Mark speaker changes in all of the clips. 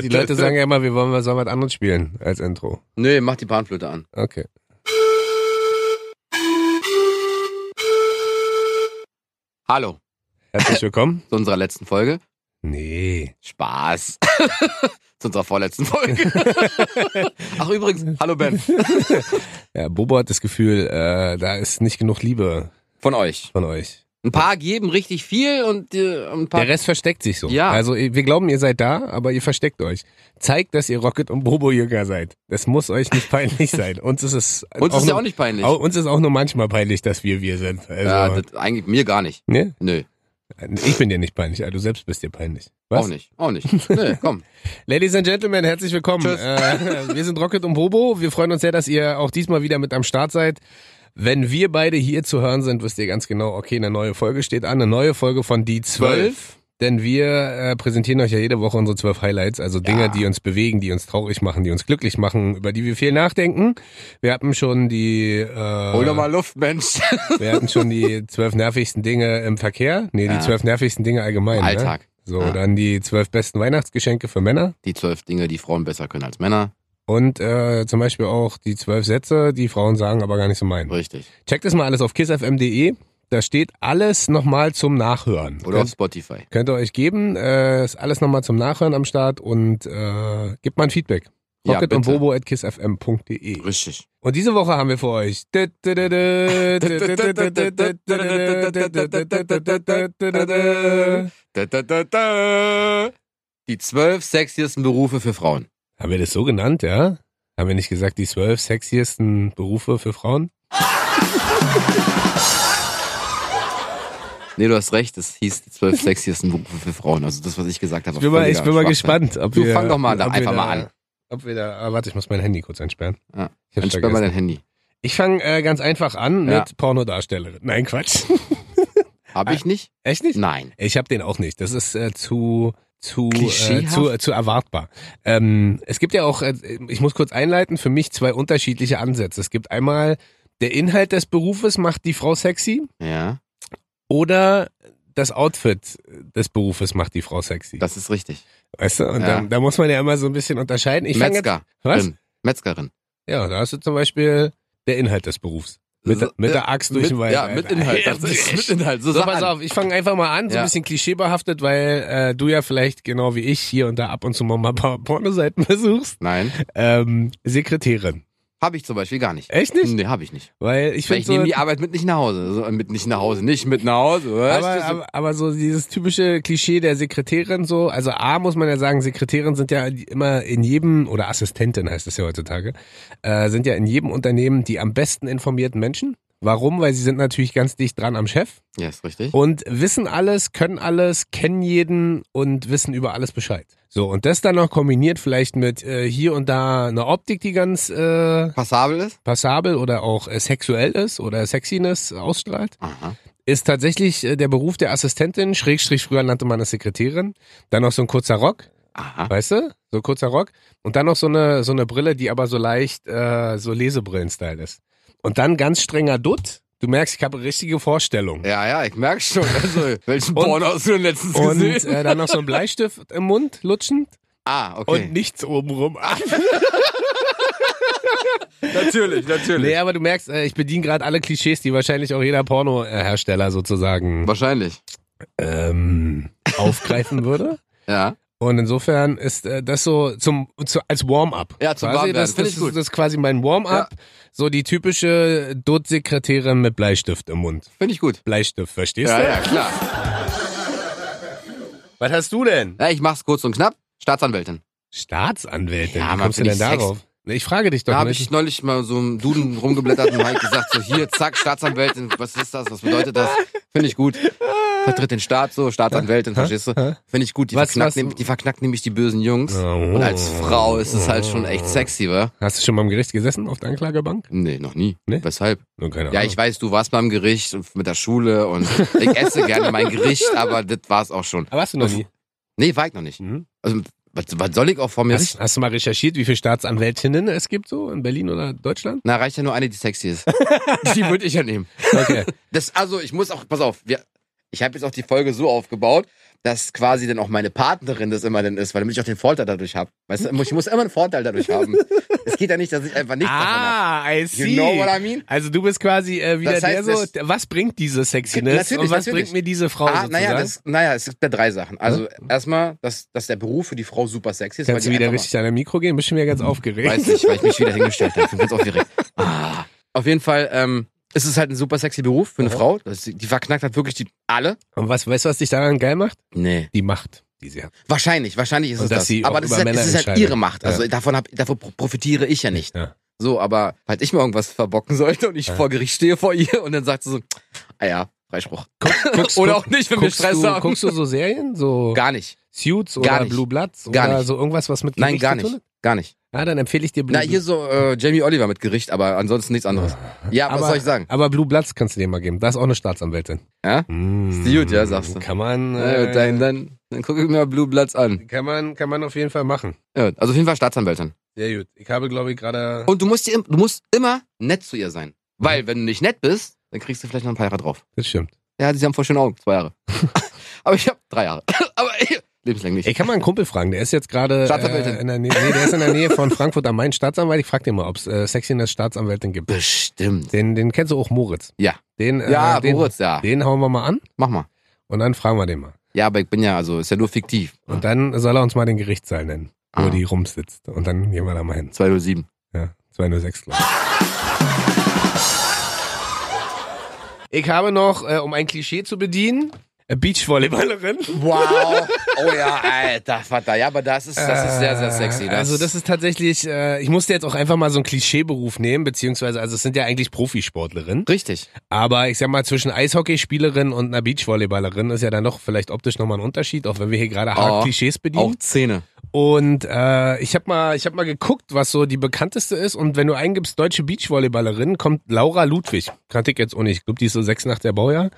Speaker 1: Die Leute sagen ja immer, wir wollen was, sollen was anderes spielen als Intro.
Speaker 2: Nö, mach die Panflöte an.
Speaker 1: Okay.
Speaker 2: Hallo
Speaker 1: Herzlich willkommen.
Speaker 2: zu unserer letzten Folge.
Speaker 1: Nee.
Speaker 2: Spaß. zu unserer vorletzten Folge. Ach übrigens, hallo Ben.
Speaker 1: Ja, Bobo hat das Gefühl, äh, da ist nicht genug Liebe
Speaker 2: Von euch.
Speaker 1: von euch.
Speaker 2: Ein paar geben richtig viel und äh, ein paar...
Speaker 1: Der Rest versteckt sich so.
Speaker 2: Ja.
Speaker 1: Also wir glauben, ihr seid da, aber ihr versteckt euch. Zeigt, dass ihr Rocket und Bobo Jünger seid. Das muss euch nicht peinlich sein. Uns ist es
Speaker 2: Uns ist ja
Speaker 1: nur,
Speaker 2: auch nicht peinlich.
Speaker 1: au- uns ist auch nur manchmal peinlich, dass wir wir sind. Also,
Speaker 2: ja, das, eigentlich mir gar nicht.
Speaker 1: ne?
Speaker 2: Nö,
Speaker 1: Ich bin dir nicht peinlich, also du selbst bist dir peinlich. Was?
Speaker 2: auch nicht. Auch nicht. Nö, komm.
Speaker 1: Ladies and Gentlemen, herzlich willkommen.
Speaker 2: Tschüss.
Speaker 1: Äh, wir sind Rocket und Bobo. Wir freuen uns sehr, dass ihr auch diesmal wieder mit am Start seid. Wenn wir beide hier zu hören sind, wisst ihr ganz genau, okay, eine neue Folge steht an, eine neue Folge von Die 12. Denn wir äh, präsentieren euch ja jede Woche unsere zwölf Highlights, also Dinge,
Speaker 2: Ja.
Speaker 1: die uns bewegen, die uns traurig machen, die uns glücklich machen, über die wir viel nachdenken. Wir hatten schon die äh,
Speaker 2: Hol doch mal Luft, Mensch.
Speaker 1: wir hatten schon die zwölf nervigsten Dinge im Verkehr. Nee, die
Speaker 2: Ja.
Speaker 1: zwölf nervigsten Dinge allgemein.
Speaker 2: Im Alltag.
Speaker 1: Ne? So,
Speaker 2: Ja.
Speaker 1: dann die zwölf besten Weihnachtsgeschenke für Männer.
Speaker 2: Die zwölf Dinge, die Frauen besser können als Männer.
Speaker 1: Und äh, zum Beispiel auch die zwölf Sätze, die Frauen sagen, aber gar nicht so meinen.
Speaker 2: Richtig.
Speaker 1: Checkt das mal alles auf kissfm.de. Da steht alles nochmal zum Nachhören.
Speaker 2: Oder auf
Speaker 1: Könnt,
Speaker 2: Spotify.
Speaker 1: könnt ihr euch geben. Äh, ist alles nochmal zum Nachhören am Start und äh, gebt mal ein Feedback.
Speaker 2: Ja,
Speaker 1: Rocket und
Speaker 2: bitte.
Speaker 1: Bobo at kissfm.de.
Speaker 2: Richtig.
Speaker 1: Und diese Woche haben wir für euch. Haben
Speaker 2: Da, da, da, da. Die zwölf sexiesten Berufe für Frauen.
Speaker 1: wir das so genannt, ja? Haben wir nicht gesagt, die zwölf sexiesten Berufe für Frauen?
Speaker 2: Nee, du hast recht, es hieß die zwölf sexiesten Berufe für Frauen. Also das, was ich gesagt habe.
Speaker 1: Ich bin
Speaker 2: war
Speaker 1: mal, ich
Speaker 2: völliger
Speaker 1: bin mal
Speaker 2: Schwachsinn.
Speaker 1: gespannt, ob
Speaker 2: Du
Speaker 1: wir.
Speaker 2: fang doch mal da
Speaker 1: ob wir
Speaker 2: einfach mal an.
Speaker 1: Ob wir da, ah, warte, ich muss mein Handy kurz einsperren.
Speaker 2: Ja.
Speaker 1: Ich, hab's
Speaker 2: Entsperr mal
Speaker 1: vergessen.
Speaker 2: dein Handy.
Speaker 1: ich fange äh, ganz einfach an
Speaker 2: Ja.
Speaker 1: mit Pornodarstellerin. Nein, Quatsch.
Speaker 2: Habe ich nicht?
Speaker 1: Echt nicht?
Speaker 2: Nein.
Speaker 1: Äh, Ich habe den auch nicht. Das ist äh, zu zu, äh,
Speaker 2: Klischeehaft?
Speaker 1: zu äh, zu erwartbar. Ähm, es gibt ja auch, äh, ich muss kurz einleiten, für mich zwei unterschiedliche Ansätze. Es gibt einmal der Inhalt des Berufes macht die Frau sexy
Speaker 2: Ja,
Speaker 1: oder das Outfit des Berufes macht die Frau sexy.
Speaker 2: das ist richtig.
Speaker 1: weißt du? Und da,
Speaker 2: Ja.
Speaker 1: da muss man ja immer so ein bisschen unterscheiden. Ich fange jetzt
Speaker 2: Metzger.
Speaker 1: was?
Speaker 2: Metzgerin.
Speaker 1: Ja, da hast du zum Beispiel der Inhalt des Berufs. Mit, der- mit der Axt durch
Speaker 2: äh, mit,
Speaker 1: den Wald.
Speaker 2: Ja,
Speaker 1: Alter.
Speaker 2: mit Inhalt. Das ist mit Inhalt. So,
Speaker 1: So,
Speaker 2: sag
Speaker 1: pass
Speaker 2: an.
Speaker 1: auf, ich fange einfach mal an, so
Speaker 2: Ja.
Speaker 1: ein bisschen klischeebehaftet, weil äh, du ja vielleicht genau wie ich hier und da ab und zu mal ein paar Pornoseiten besuchst.
Speaker 2: Nein,
Speaker 1: Ähm, Sekretärin.
Speaker 2: habe ich zum Beispiel gar nicht.
Speaker 1: Echt nicht?
Speaker 2: Nee, habe ich nicht.
Speaker 1: Weil ich finde
Speaker 2: Weil ich
Speaker 1: so,
Speaker 2: nehme die Arbeit mit nicht nach Hause. So, äh, mit nicht nach Hause, nicht mit nach Hause. weißt du,
Speaker 1: aber,
Speaker 2: so-
Speaker 1: aber, aber so dieses typische Klischee der Sekretärin so, also A muss man ja sagen, Sekretärinnen sind ja immer in jedem, oder Assistentin heißt es ja heutzutage, äh, sind ja in jedem Unternehmen die am besten informierten Menschen. Warum? Weil sie sind natürlich ganz dicht dran am Chef
Speaker 2: ja, ist richtig.
Speaker 1: und wissen alles, können alles, kennen jeden und wissen über alles Bescheid. So, und das dann noch kombiniert vielleicht mit äh, hier und da einer Optik, die ganz äh,
Speaker 2: Passabel ist?
Speaker 1: passabel oder auch äh, sexuell ist oder Sexiness ausstrahlt
Speaker 2: Aha.
Speaker 1: ist tatsächlich äh, der Beruf der Assistentin, Schrägstrich, früher nannte man es Sekretärin, dann noch so ein kurzer Rock,
Speaker 2: Aha.
Speaker 1: weißt du, so ein kurzer Rock und dann noch so eine, so eine Brille, die aber so leicht äh, so Lesebrillen-Style ist. Und dann ganz strenger Dutt, du merkst, ich habe richtige Vorstellung.
Speaker 2: Ja, ja, ich merke schon. Also, welchen
Speaker 1: Und-
Speaker 2: Porno hast du denn letztens
Speaker 1: Und
Speaker 2: gesehen?
Speaker 1: äh, dann noch so ein Bleistift im Mund lutschend
Speaker 2: ah, okay.
Speaker 1: und nichts obenrum.
Speaker 2: Natürlich, natürlich.
Speaker 1: nee, aber du merkst, äh, ich bediene gerade alle Klischees, die wahrscheinlich auch jeder Pornohersteller sozusagen
Speaker 2: Wahrscheinlich.
Speaker 1: ähm, aufgreifen würde.
Speaker 2: Ja.
Speaker 1: Und insofern ist äh, das so zum zu, als Warm-up.
Speaker 2: Ja, zum
Speaker 1: Quasi,
Speaker 2: Warmwerden.
Speaker 1: Das,
Speaker 2: Find
Speaker 1: das,
Speaker 2: ich gut.
Speaker 1: ist, das ist quasi mein Warm-up. So die typische Dutt-Sekretärin mit Bleistift im Mund.
Speaker 2: Finde ich gut.
Speaker 1: Bleistift, verstehst
Speaker 2: Ja,
Speaker 1: du?
Speaker 2: ja, klar.
Speaker 1: Was hast du denn?
Speaker 2: Ja, ich mach's kurz und knapp. Staatsanwältin.
Speaker 1: Staatsanwältin.
Speaker 2: Ja,
Speaker 1: Wie
Speaker 2: Mann,
Speaker 1: kommst du
Speaker 2: bin
Speaker 1: denn
Speaker 2: ich
Speaker 1: darauf? Nee, Ich frage dich
Speaker 2: Da
Speaker 1: doch
Speaker 2: habe ich
Speaker 1: nicht.
Speaker 2: neulich mal so im Duden rumgeblättert und halt gesagt, so hier, zack, Staatsanwältin, was ist das? Was bedeutet das? Finde ich gut. Vertritt den Staat so, Staatsanwältin, verstehst du? Finde ich gut. Die
Speaker 1: Was- was-
Speaker 2: verknackt, nehm, die verknackt nämlich die bösen Jungs. Und als Frau ist es halt schon echt sexy, wa?
Speaker 1: Oh. Hast du schon mal im Gericht gesessen auf der Anklagebank?
Speaker 2: Nee, noch nie.
Speaker 1: Nee?
Speaker 2: Weshalb?
Speaker 1: Nur keine
Speaker 2: Ja,
Speaker 1: Ahnung.
Speaker 2: ich weiß, du warst beim Gericht und mit der Schule und ich esse gerne mein Gericht, aber das war's auch schon.
Speaker 1: Aber hast Ah, du noch nie?
Speaker 2: Nee, war ich noch nicht.
Speaker 1: Mhm.
Speaker 2: Also was, was soll ich auch von mir?
Speaker 1: Hast, hast du mal recherchiert, wie viele Staatsanwältinnen es gibt so in Berlin oder Deutschland?
Speaker 2: Na, reicht ja nur eine, die sexy ist. die würde ich ja nehmen.
Speaker 1: Okay.
Speaker 2: Das, also, ich muss auch, pass auf, wir, ich habe jetzt auch die Folge so aufgebaut, dass quasi dann auch meine Partnerin das immer dann ist, weil damit ich auch den Vorteil dadurch habe. Weißt du, ich muss immer einen Vorteil dadurch haben. es geht ja nicht, dass ich einfach nichts davon habe.
Speaker 1: ah, I see.
Speaker 2: You know what I mean?
Speaker 1: Also du bist quasi äh, wieder
Speaker 2: Das heißt,
Speaker 1: der so,
Speaker 2: das-
Speaker 1: was bringt diese Sexiness
Speaker 2: Natürlich,
Speaker 1: und was
Speaker 2: natürlich.
Speaker 1: bringt mir diese Frau
Speaker 2: Ah,
Speaker 1: sozusagen?
Speaker 2: naja, das, naja, es gibt da drei Sachen. Also erstmal, dass, dass der Beruf für die Frau super sexy ist.
Speaker 1: Hm? Kannst du
Speaker 2: weil die
Speaker 1: wieder
Speaker 2: einfach
Speaker 1: richtig an dein Mikro gehen? Bist du mir ganz
Speaker 2: mal-
Speaker 1: aufgeregt?
Speaker 2: Weiß nicht, weil ich mich wieder hingestellt habe. Ich bin ganz aufgeregt. Ah. Auf jeden Fall ähm, ist es halt ein super sexy Beruf für eine
Speaker 1: Ja.
Speaker 2: Frau. Das, die verknackt hat wirklich die alle.
Speaker 1: Und was, weißt du, was dich daran geil macht?
Speaker 2: Nee.
Speaker 1: Die Macht, die sie hat.
Speaker 2: Wahrscheinlich, wahrscheinlich ist
Speaker 1: Und
Speaker 2: es
Speaker 1: dass
Speaker 2: das.
Speaker 1: sie auch
Speaker 2: aber das
Speaker 1: über
Speaker 2: ist, halt,
Speaker 1: Männer
Speaker 2: das ist halt
Speaker 1: entscheidet.
Speaker 2: ihre Macht. Also
Speaker 1: Ja.
Speaker 2: davon hab, davon pro- profitiere ich ja nicht.
Speaker 1: Ja.
Speaker 2: So, aber falls ich mal irgendwas verbocken sollte und ich
Speaker 1: Ja.
Speaker 2: vor Gericht stehe vor ihr und dann sagt sie so, ah ja, Freispruch.
Speaker 1: Guckst,
Speaker 2: Oder
Speaker 1: du-
Speaker 2: auch nicht, wenn wir
Speaker 1: guckst,
Speaker 2: Stress
Speaker 1: du,
Speaker 2: haben.
Speaker 1: guckst du so Serien? So
Speaker 2: Gar nicht.
Speaker 1: Suits
Speaker 2: Gar
Speaker 1: oder
Speaker 2: nicht.
Speaker 1: Blue Bloods
Speaker 2: Gar
Speaker 1: oder
Speaker 2: nicht.
Speaker 1: so irgendwas, was mit
Speaker 2: Nein,
Speaker 1: Gericht
Speaker 2: gar
Speaker 1: zu
Speaker 2: nicht.
Speaker 1: tun
Speaker 2: Gar nicht.
Speaker 1: hat? Ah, dann empfehle ich dir Blue
Speaker 2: Na, hier so äh, Jamie Oliver mit Gericht, aber ansonsten nichts anderes. Ja, was
Speaker 1: aber,
Speaker 2: soll ich sagen?
Speaker 1: Aber Blue Bloods kannst du dir mal geben. Da ist auch eine Staatsanwältin.
Speaker 2: Ja?
Speaker 1: Mm,
Speaker 2: Ist die gut, ja, sagst du.
Speaker 1: Kann man,
Speaker 2: Äh,
Speaker 1: äh,
Speaker 2: dann, dann, dann gucke ich mir mal Blue Bloods an.
Speaker 1: kann man, kann man auf jeden Fall machen.
Speaker 2: Ja, also auf jeden Fall Staatsanwältin.
Speaker 1: Sehr gut. Ich habe, glaube ich, gerade.
Speaker 2: Und du musst, dir, im- du musst immer nett zu ihr sein. Weil, wenn du nicht nett bist, dann kriegst du vielleicht noch ein paar Jahre drauf.
Speaker 1: Das stimmt.
Speaker 2: Ja, sie haben voll schöne Augen. Zwei Jahre. aber ich hab drei Jahre. aber ich, lebenslänglich.
Speaker 1: Ich kann mal einen Kumpel fragen, der ist jetzt gerade
Speaker 2: Staatsanwältin.
Speaker 1: äh, in der Nähe, nee, der ist in der Nähe von Frankfurt am Main Staatsanwalt. Ich frag den mal, ob es äh, Sexiness Staatsanwältin gibt.
Speaker 2: Bestimmt.
Speaker 1: Den, den kennst du auch Moritz.
Speaker 2: Ja.
Speaker 1: Den, äh,
Speaker 2: Ja,
Speaker 1: den,
Speaker 2: Moritz, ja.
Speaker 1: Den hauen wir mal an
Speaker 2: Mach mal.
Speaker 1: und dann fragen wir den mal.
Speaker 2: Ja, aber ich bin ja, also ist ja nur fiktiv.
Speaker 1: Und dann soll er uns mal den Gerichtssaal nennen, wo
Speaker 2: Ah.
Speaker 1: die rumsitzt. Und dann gehen wir da mal hin.
Speaker 2: 207.
Speaker 1: Ja, 206, glaube ich. Ich habe noch, äh, um ein Klischee zu bedienen, äh, eine Beachvolleyballerin.
Speaker 2: Wow. Oh ja, alter Vater. Ja, aber das ist, das ist sehr, sehr sexy.
Speaker 1: Das also das ist tatsächlich, äh, ich musste jetzt auch einfach mal so einen Klischeeberuf nehmen, beziehungsweise, also es sind ja eigentlich Profisportlerinnen,
Speaker 2: richtig.
Speaker 1: aber ich sag mal, zwischen Eishockeyspielerin und einer Beachvolleyballerin ist ja dann noch vielleicht optisch nochmal ein Unterschied, auch wenn wir hier gerade hart
Speaker 2: Oh,
Speaker 1: Klischees bedienen.
Speaker 2: Auch Zähne.
Speaker 1: Und äh, ich habe mal, ich hab mal geguckt, was so die bekannteste ist. Und wenn du eingibst deutsche Beachvolleyballerin, kommt Laura Ludwig. Kannte ich jetzt auch nicht. Ich glaube, die ist so 86 der Baujahr.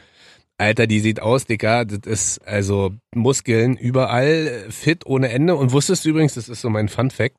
Speaker 1: Alter, die sieht aus, Dicker. Das ist also Muskeln überall, äh, fit ohne Ende. Und wusstest du übrigens, das ist so mein Fun Fact,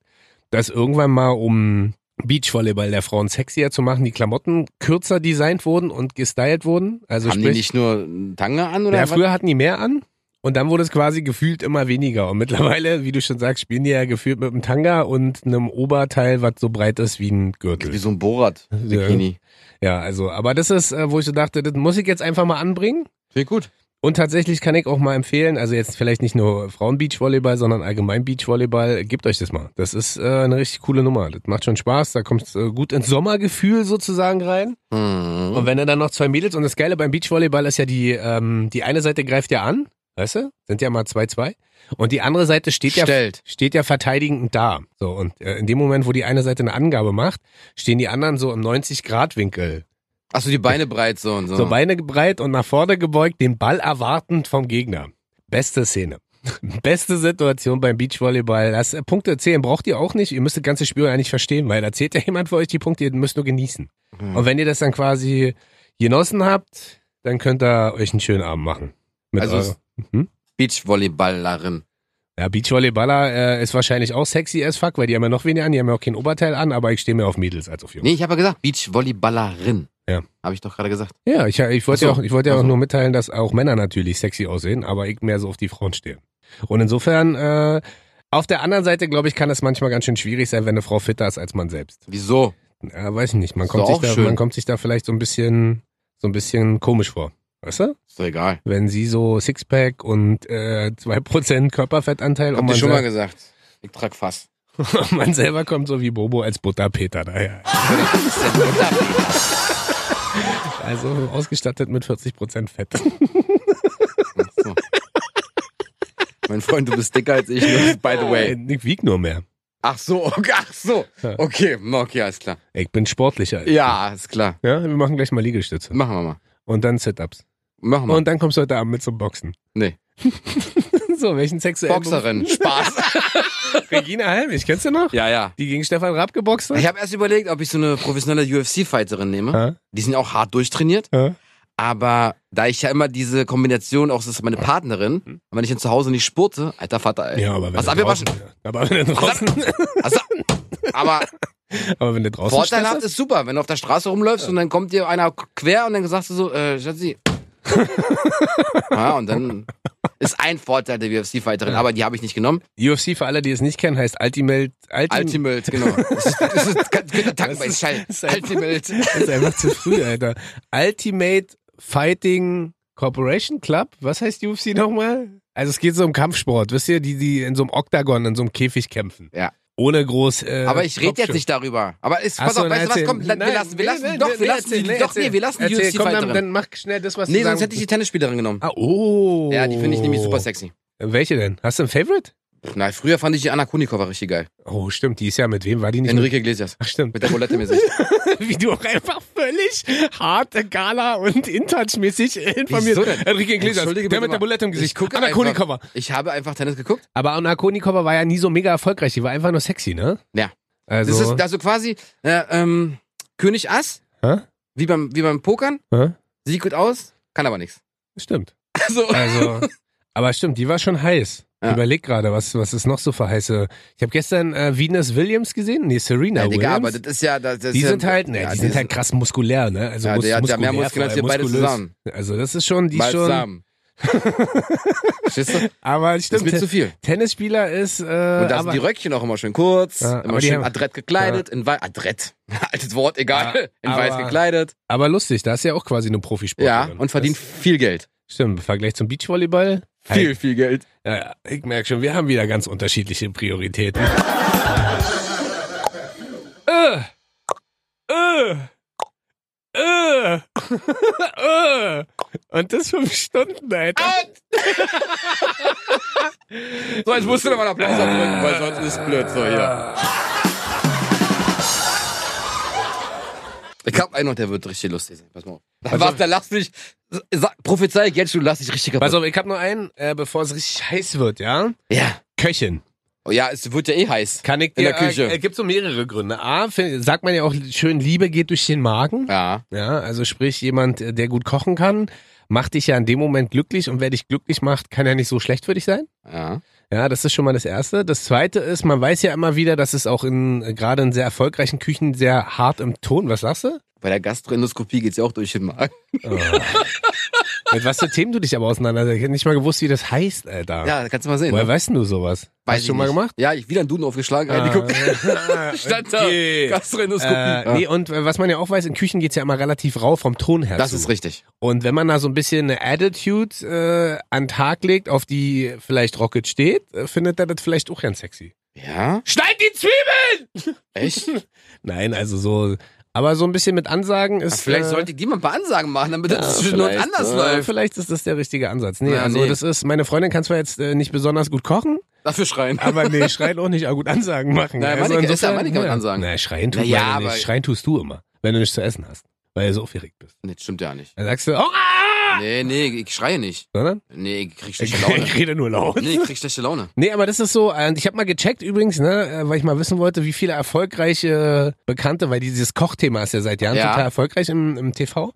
Speaker 1: dass irgendwann mal um Beachvolleyball der Frauen sexier zu machen, die Klamotten kürzer designt wurden und gestylt wurden. Also
Speaker 2: Haben die
Speaker 1: sprich,
Speaker 2: nicht nur Tange an oder
Speaker 1: ja,
Speaker 2: was?
Speaker 1: früher hatten die mehr an und dann wurde es quasi gefühlt immer weniger. Und mittlerweile, wie du schon sagst, spielen die ja gefühlt mit einem Tanga und einem Oberteil, was so breit ist wie ein
Speaker 2: Wie
Speaker 1: Gürtel.
Speaker 2: so ein Borat. Bikini.
Speaker 1: Ja, also, aber das ist, äh, wo ich so dachte, das muss ich jetzt einfach mal anbringen.
Speaker 2: Finde ich gut.
Speaker 1: Und tatsächlich kann ich auch mal empfehlen, also jetzt vielleicht nicht nur Frauen-Beachvolleyball, sondern allgemein Beachvolleyball, gebt euch das mal. Das ist äh, eine richtig coole Nummer. Das macht schon Spaß, da kommt äh, gut ins Sommergefühl sozusagen rein. Und
Speaker 2: Mhm.
Speaker 1: wenn er dann noch zwei Mädels und das Geile beim Beachvolleyball ist ja die, ähm, die eine Seite greift ja an, weißt du? Sind ja mal zwei, zwei. Und die andere Seite steht ja,
Speaker 2: Stellt.
Speaker 1: steht ja verteidigend da. So, und äh, in dem Moment, wo die eine Seite eine Angabe macht, stehen die anderen so im 90-Grad-Winkel.
Speaker 2: Achso, die Beine breit so und so.
Speaker 1: So Beine breit und nach vorne gebeugt, den Ball erwartend vom Gegner. Beste Szene. Beste Situation beim Beachvolleyball. Das äh, Punkte zählen braucht ihr auch nicht. Ihr müsst das ganze Spiel eigentlich verstehen, weil da zählt ja jemand für euch die Punkte, ihr müsst nur genießen.
Speaker 2: Mhm.
Speaker 1: Und wenn ihr das dann quasi genossen habt, dann könnt ihr euch einen schönen Abend machen. Mit
Speaker 2: Also
Speaker 1: eurer-
Speaker 2: ist- Beachvolleyballerin.
Speaker 1: ja, Beachvolleyballer äh, ist wahrscheinlich auch sexy as fuck, weil die haben ja noch weniger an, die haben ja auch kein Oberteil an, aber ich stehe mir auf Mädels als auf Jungs.
Speaker 2: Nee, ich habe ja gesagt, Beachvolleyballerin.
Speaker 1: Ja.
Speaker 2: Habe ich doch gerade gesagt.
Speaker 1: Ja, ich, ich wollte ja
Speaker 2: Ach so.
Speaker 1: auch, ich wollte ja
Speaker 2: Ach
Speaker 1: auch
Speaker 2: so.
Speaker 1: nur mitteilen, dass auch Männer natürlich sexy aussehen, aber ich mehr so auf die Frauen stehe. Und insofern, äh, auf der anderen Seite, glaube ich, kann es manchmal ganz schön schwierig sein, wenn eine Frau fitter ist als man selbst.
Speaker 2: Wieso?
Speaker 1: Ja, weiß ich nicht. Man
Speaker 2: Ist
Speaker 1: kommt,
Speaker 2: doch
Speaker 1: sich
Speaker 2: auch
Speaker 1: da,
Speaker 2: schön.
Speaker 1: man kommt sich da vielleicht so ein bisschen, so ein bisschen komisch vor. Weißt du?
Speaker 2: Ist doch egal.
Speaker 1: Wenn sie so Sixpack und äh, 2% Körperfettanteil und
Speaker 2: Hab
Speaker 1: man,
Speaker 2: dir schon mal
Speaker 1: sel
Speaker 2: gesagt. Ich trag Fass.
Speaker 1: und man selber kommt so wie Bobo als Butterpeter daher. Also ausgestattet mit 40% Fett.
Speaker 2: So. mein Freund, du bist dicker als ich, ne? by the way.
Speaker 1: Ich wieg Äh, nur mehr.
Speaker 2: Ach so, okay, ach so. Okay, na, okay, alles klar.
Speaker 1: Ich bin sportlicher. als
Speaker 2: Ja, ist klar.
Speaker 1: Ja, wir machen gleich mal Liegestütze.
Speaker 2: Machen wir mal.
Speaker 1: Und dann Sit-Ups.
Speaker 2: Machen wir.
Speaker 1: Und dann kommst du heute Abend mit zum Boxen.
Speaker 2: nee.
Speaker 1: So, welchen sexuellen
Speaker 2: Boxerin. Spaß.
Speaker 1: Beruf- Regina Helmich, kennst du noch?
Speaker 2: ja, ja.
Speaker 1: Die gegen Stefan Raab geboxt hat?
Speaker 2: Ich habe erst überlegt, ob ich so eine professionelle UFC-Fighterin nehme.
Speaker 1: Ja.
Speaker 2: Die sind auch hart durchtrainiert.
Speaker 1: Ja.
Speaker 2: Aber da ich ja immer diese Kombination, auch das ist meine Partnerin, und wenn ich dann zu Hause nicht spurte, alter Vater, ey.
Speaker 1: Ja, aber wenn
Speaker 2: Was
Speaker 1: du
Speaker 2: ab, wir
Speaker 1: draußen, aber wenn du draußen,
Speaker 2: Also, aber
Speaker 1: aber wenn du draußen Stress
Speaker 2: vorteilhaft ist super, wenn du auf der Straße rumläufst und dann kommt dir einer quer und dann sagst du so, äh, Schatzi. ja, und dann ist ein Vorteil der UFC-Fighterin, aber die habe ich nicht genommen.
Speaker 1: hast- UFC für alle, die es nicht kennen, heißt Ultimate, Ultimate,
Speaker 2: Ultimate, genau. Das ist, das ist, das ist, das
Speaker 1: Hm. Das ist-
Speaker 2: ist,
Speaker 1: das ist ein-
Speaker 2: Ultimate.
Speaker 1: das ist einfach zu früh, Alter. Ultimate Fighting Corporation Club, was heißt UFC nochmal? Also es geht so um Kampfsport, wisst ihr, die, die in so einem Oktagon, in so einem Käfig kämpfen.
Speaker 2: Ja.
Speaker 1: Ohne groß, äh,
Speaker 2: Aber ich rede jetzt
Speaker 1: Kopfschütteln.
Speaker 2: nicht darüber. Aber ist,
Speaker 1: Ach
Speaker 2: pass
Speaker 1: so,
Speaker 2: auf,
Speaker 1: na,
Speaker 2: weißt du was,
Speaker 1: erzähl.
Speaker 2: komm, la-
Speaker 1: Nein,
Speaker 2: wir lassen, wir
Speaker 1: nee,
Speaker 2: lassen,
Speaker 1: nee,
Speaker 2: doch,
Speaker 1: nee,
Speaker 2: wir lassen,
Speaker 1: erzähl,
Speaker 2: die, doch,
Speaker 1: erzähl.
Speaker 2: nee, wir lassen die
Speaker 1: Erzähl, komm, dann,
Speaker 2: UFC-Fighterin.
Speaker 1: dann mach schnell das, was
Speaker 2: Nee,
Speaker 1: du sagen
Speaker 2: sonst hätte ich die Tennisspielerin genommen.
Speaker 1: Ah, oh.
Speaker 2: Ja, die finde ich nämlich super sexy.
Speaker 1: Welche denn? Hast du ein Favorite?
Speaker 2: Pff, Na, früher fand ich die Anna Kunikova richtig geil.
Speaker 1: Oh, stimmt, die ist ja mit wem? War die nicht? mit-
Speaker 2: Enrique Iglesias.
Speaker 1: Ach, stimmt.
Speaker 2: Mit der Roulette im Gesicht.
Speaker 1: wie du auch einfach völlig hart äh, Gala und Intouch-mäßig informiert.
Speaker 2: Wieso denn?
Speaker 1: Enrique Iglesias,
Speaker 2: Entschuldige
Speaker 1: der
Speaker 2: bitte
Speaker 1: mit der
Speaker 2: mal.
Speaker 1: Bulette im Gesicht.
Speaker 2: Ich gucke
Speaker 1: Anna
Speaker 2: einfach.
Speaker 1: Konikova.
Speaker 2: Ich habe einfach Tennis geguckt.
Speaker 1: Aber Anna Konikova war ja nie so mega erfolgreich. Die war einfach nur sexy, ne?
Speaker 2: Ja. Das
Speaker 1: Also,
Speaker 2: ist also quasi äh, ähm, König Ass,
Speaker 1: Hä?
Speaker 2: wie beim, wie beim Pokern.
Speaker 1: Hä?
Speaker 2: Sieht gut aus, kann aber nichts.
Speaker 1: stimmt.
Speaker 2: Also,
Speaker 1: Also, aber stimmt, die war schon heiß.
Speaker 2: Ja.
Speaker 1: Überleg gerade, was, was ist noch so für heiße. Ich habe gestern äh, Venus Williams gesehen. Nee, Serena
Speaker 2: ja,
Speaker 1: Williams.
Speaker 2: Äh, Digga, aber das ist ja. Das, das
Speaker 1: die
Speaker 2: ist ja-
Speaker 1: sind halt, ne,
Speaker 2: ja,
Speaker 1: die sind halt krass muskulär, ne? Also
Speaker 2: Ja,
Speaker 1: mus
Speaker 2: der hat ja
Speaker 1: muskulär,
Speaker 2: mehr Muskeln als
Speaker 1: vor
Speaker 2: wir
Speaker 1: allem
Speaker 2: beide
Speaker 1: muskulös.
Speaker 2: zusammen.
Speaker 1: Also das ist schon, die
Speaker 2: Bald
Speaker 1: schon.
Speaker 2: zusammen. Verstehst du?
Speaker 1: Aber
Speaker 2: Das ist
Speaker 1: stimmt,
Speaker 2: mir zu viel.
Speaker 1: Tennisspieler ist. Äh,
Speaker 2: Und da
Speaker 1: aber,
Speaker 2: sind die Röckchen auch immer schön kurz,
Speaker 1: Ja, aber
Speaker 2: immer
Speaker 1: die
Speaker 2: schön
Speaker 1: haben-
Speaker 2: adrett gekleidet, in weiß. Adrett. Altes Wort, egal.
Speaker 1: Ja,
Speaker 2: in weiß
Speaker 1: aber-
Speaker 2: gekleidet.
Speaker 1: aber lustig, da ist ja auch quasi eine Profisportlerin.
Speaker 2: Ja, und verdient viel Geld.
Speaker 1: Das, stimmt, im Vergleich zum Beachvolleyball.
Speaker 2: Viel, viel Geld.
Speaker 1: Ja, ja, ich merke schon, wir haben wieder ganz unterschiedliche Prioritäten. äh, äh, äh, äh. Und das fünf Stunden, Alter.
Speaker 2: So, jetzt musst du nochmal Applaus
Speaker 1: Ah.
Speaker 2: abdrücken, weil sonst ist blöd so hier. Ich hab einen und der wird richtig lustig sein. Pass mal auf. Da, was, da lachst du dich. Sa- Prophezei ich jetzt schon, lass dich richtig kaputt.
Speaker 1: Pass auf, ich habe nur einen, äh, bevor es richtig heiß wird, ja?
Speaker 2: Ja.
Speaker 1: Köchin.
Speaker 2: Oh, ja, es wird ja eh heiß.
Speaker 1: Kann ich
Speaker 2: In
Speaker 1: dir,
Speaker 2: der Küche.
Speaker 1: Äh, äh, gibt so mehrere Gründe. A, find, sagt man ja auch schön, Liebe geht durch den Magen.
Speaker 2: Ja.
Speaker 1: Ja, also sprich, jemand, äh, der gut kochen kann, macht dich ja in dem Moment glücklich und wer dich glücklich macht, kann ja nicht so schlecht für dich sein.
Speaker 2: Ja.
Speaker 1: Ja, das ist schon mal das Erste. Das Zweite ist, man weiß ja immer wieder, dass es auch in äh, gerade in sehr erfolgreichen Küchen sehr hart im Ton. Was sagst du?
Speaker 2: Bei der Gastroendoskopie geht's ja auch durch den Magen.
Speaker 1: Oh. Mit was für Themen du dich aber auseinandersetzt? Ich hätte nicht mal gewusst, wie das heißt, Alter.
Speaker 2: Ja, das kannst du mal sehen. ne?
Speaker 1: Woher weißt denn du sowas?
Speaker 2: Weiß
Speaker 1: Hast du
Speaker 2: ich
Speaker 1: schon mal
Speaker 2: nicht.
Speaker 1: gemacht?
Speaker 2: Ja, ich wieder einen Duden aufgeschlagen, reingeguckt.
Speaker 1: Ah,
Speaker 2: Stand da.
Speaker 1: okay.
Speaker 2: Gastroendoskopie.
Speaker 1: Äh, nee, und äh, was man ja auch weiß, in Küchen geht's ja immer relativ rau vom Ton her.
Speaker 2: das
Speaker 1: zu.
Speaker 2: ist richtig.
Speaker 1: Und wenn man da so ein bisschen eine Attitude äh, an den Tag legt, auf die vielleicht Rocket steht, äh, findet er das vielleicht auch ganz sexy.
Speaker 2: Ja?
Speaker 1: Schneid die Zwiebel!
Speaker 2: Echt?
Speaker 1: Nein, also so. Aber so ein bisschen mit Ansagen ist.
Speaker 2: Vielleicht
Speaker 1: äh,
Speaker 2: sollte ich die mal ein paar Ansagen machen, damit
Speaker 1: ja,
Speaker 2: das zwischen uns
Speaker 1: vielleicht,
Speaker 2: anders
Speaker 1: äh,
Speaker 2: läuft.
Speaker 1: Vielleicht ist das der richtige Ansatz. Nee,
Speaker 2: Ja,
Speaker 1: also
Speaker 2: nee.
Speaker 1: das ist, meine Freundin kann zwar jetzt äh, nicht besonders gut kochen,
Speaker 2: Dafür schreien.
Speaker 1: aber nee, schreien auch nicht, aber gut Ansagen machen.
Speaker 2: Naja,
Speaker 1: also
Speaker 2: Manni- ist ja
Speaker 1: insofern,
Speaker 2: Manni kann man
Speaker 1: ja.
Speaker 2: Ansagen.
Speaker 1: Naja, schreien, tut
Speaker 2: Naja,
Speaker 1: man ja
Speaker 2: aber-
Speaker 1: nicht. schreien tust du immer, wenn du nichts zu essen hast, weil du so aufgeregt bist.
Speaker 2: Nee, das stimmt ja nicht.
Speaker 1: Dann sagst du, oh, ah!
Speaker 2: Nee, nee, ich schreie nicht.
Speaker 1: Sondern?
Speaker 2: Nee, ich krieg schlechte
Speaker 1: Ich,
Speaker 2: Laune.
Speaker 1: rede nur laut.
Speaker 2: Nee, ich krieg schlechte Laune.
Speaker 1: Nee, aber das ist so, äh, ich habe mal gecheckt übrigens, ne, äh, weil ich mal wissen wollte, wie viele erfolgreiche Bekannte, weil dieses Kochthema ist ja seit Jahren
Speaker 2: Ja.
Speaker 1: total erfolgreich im, im TV.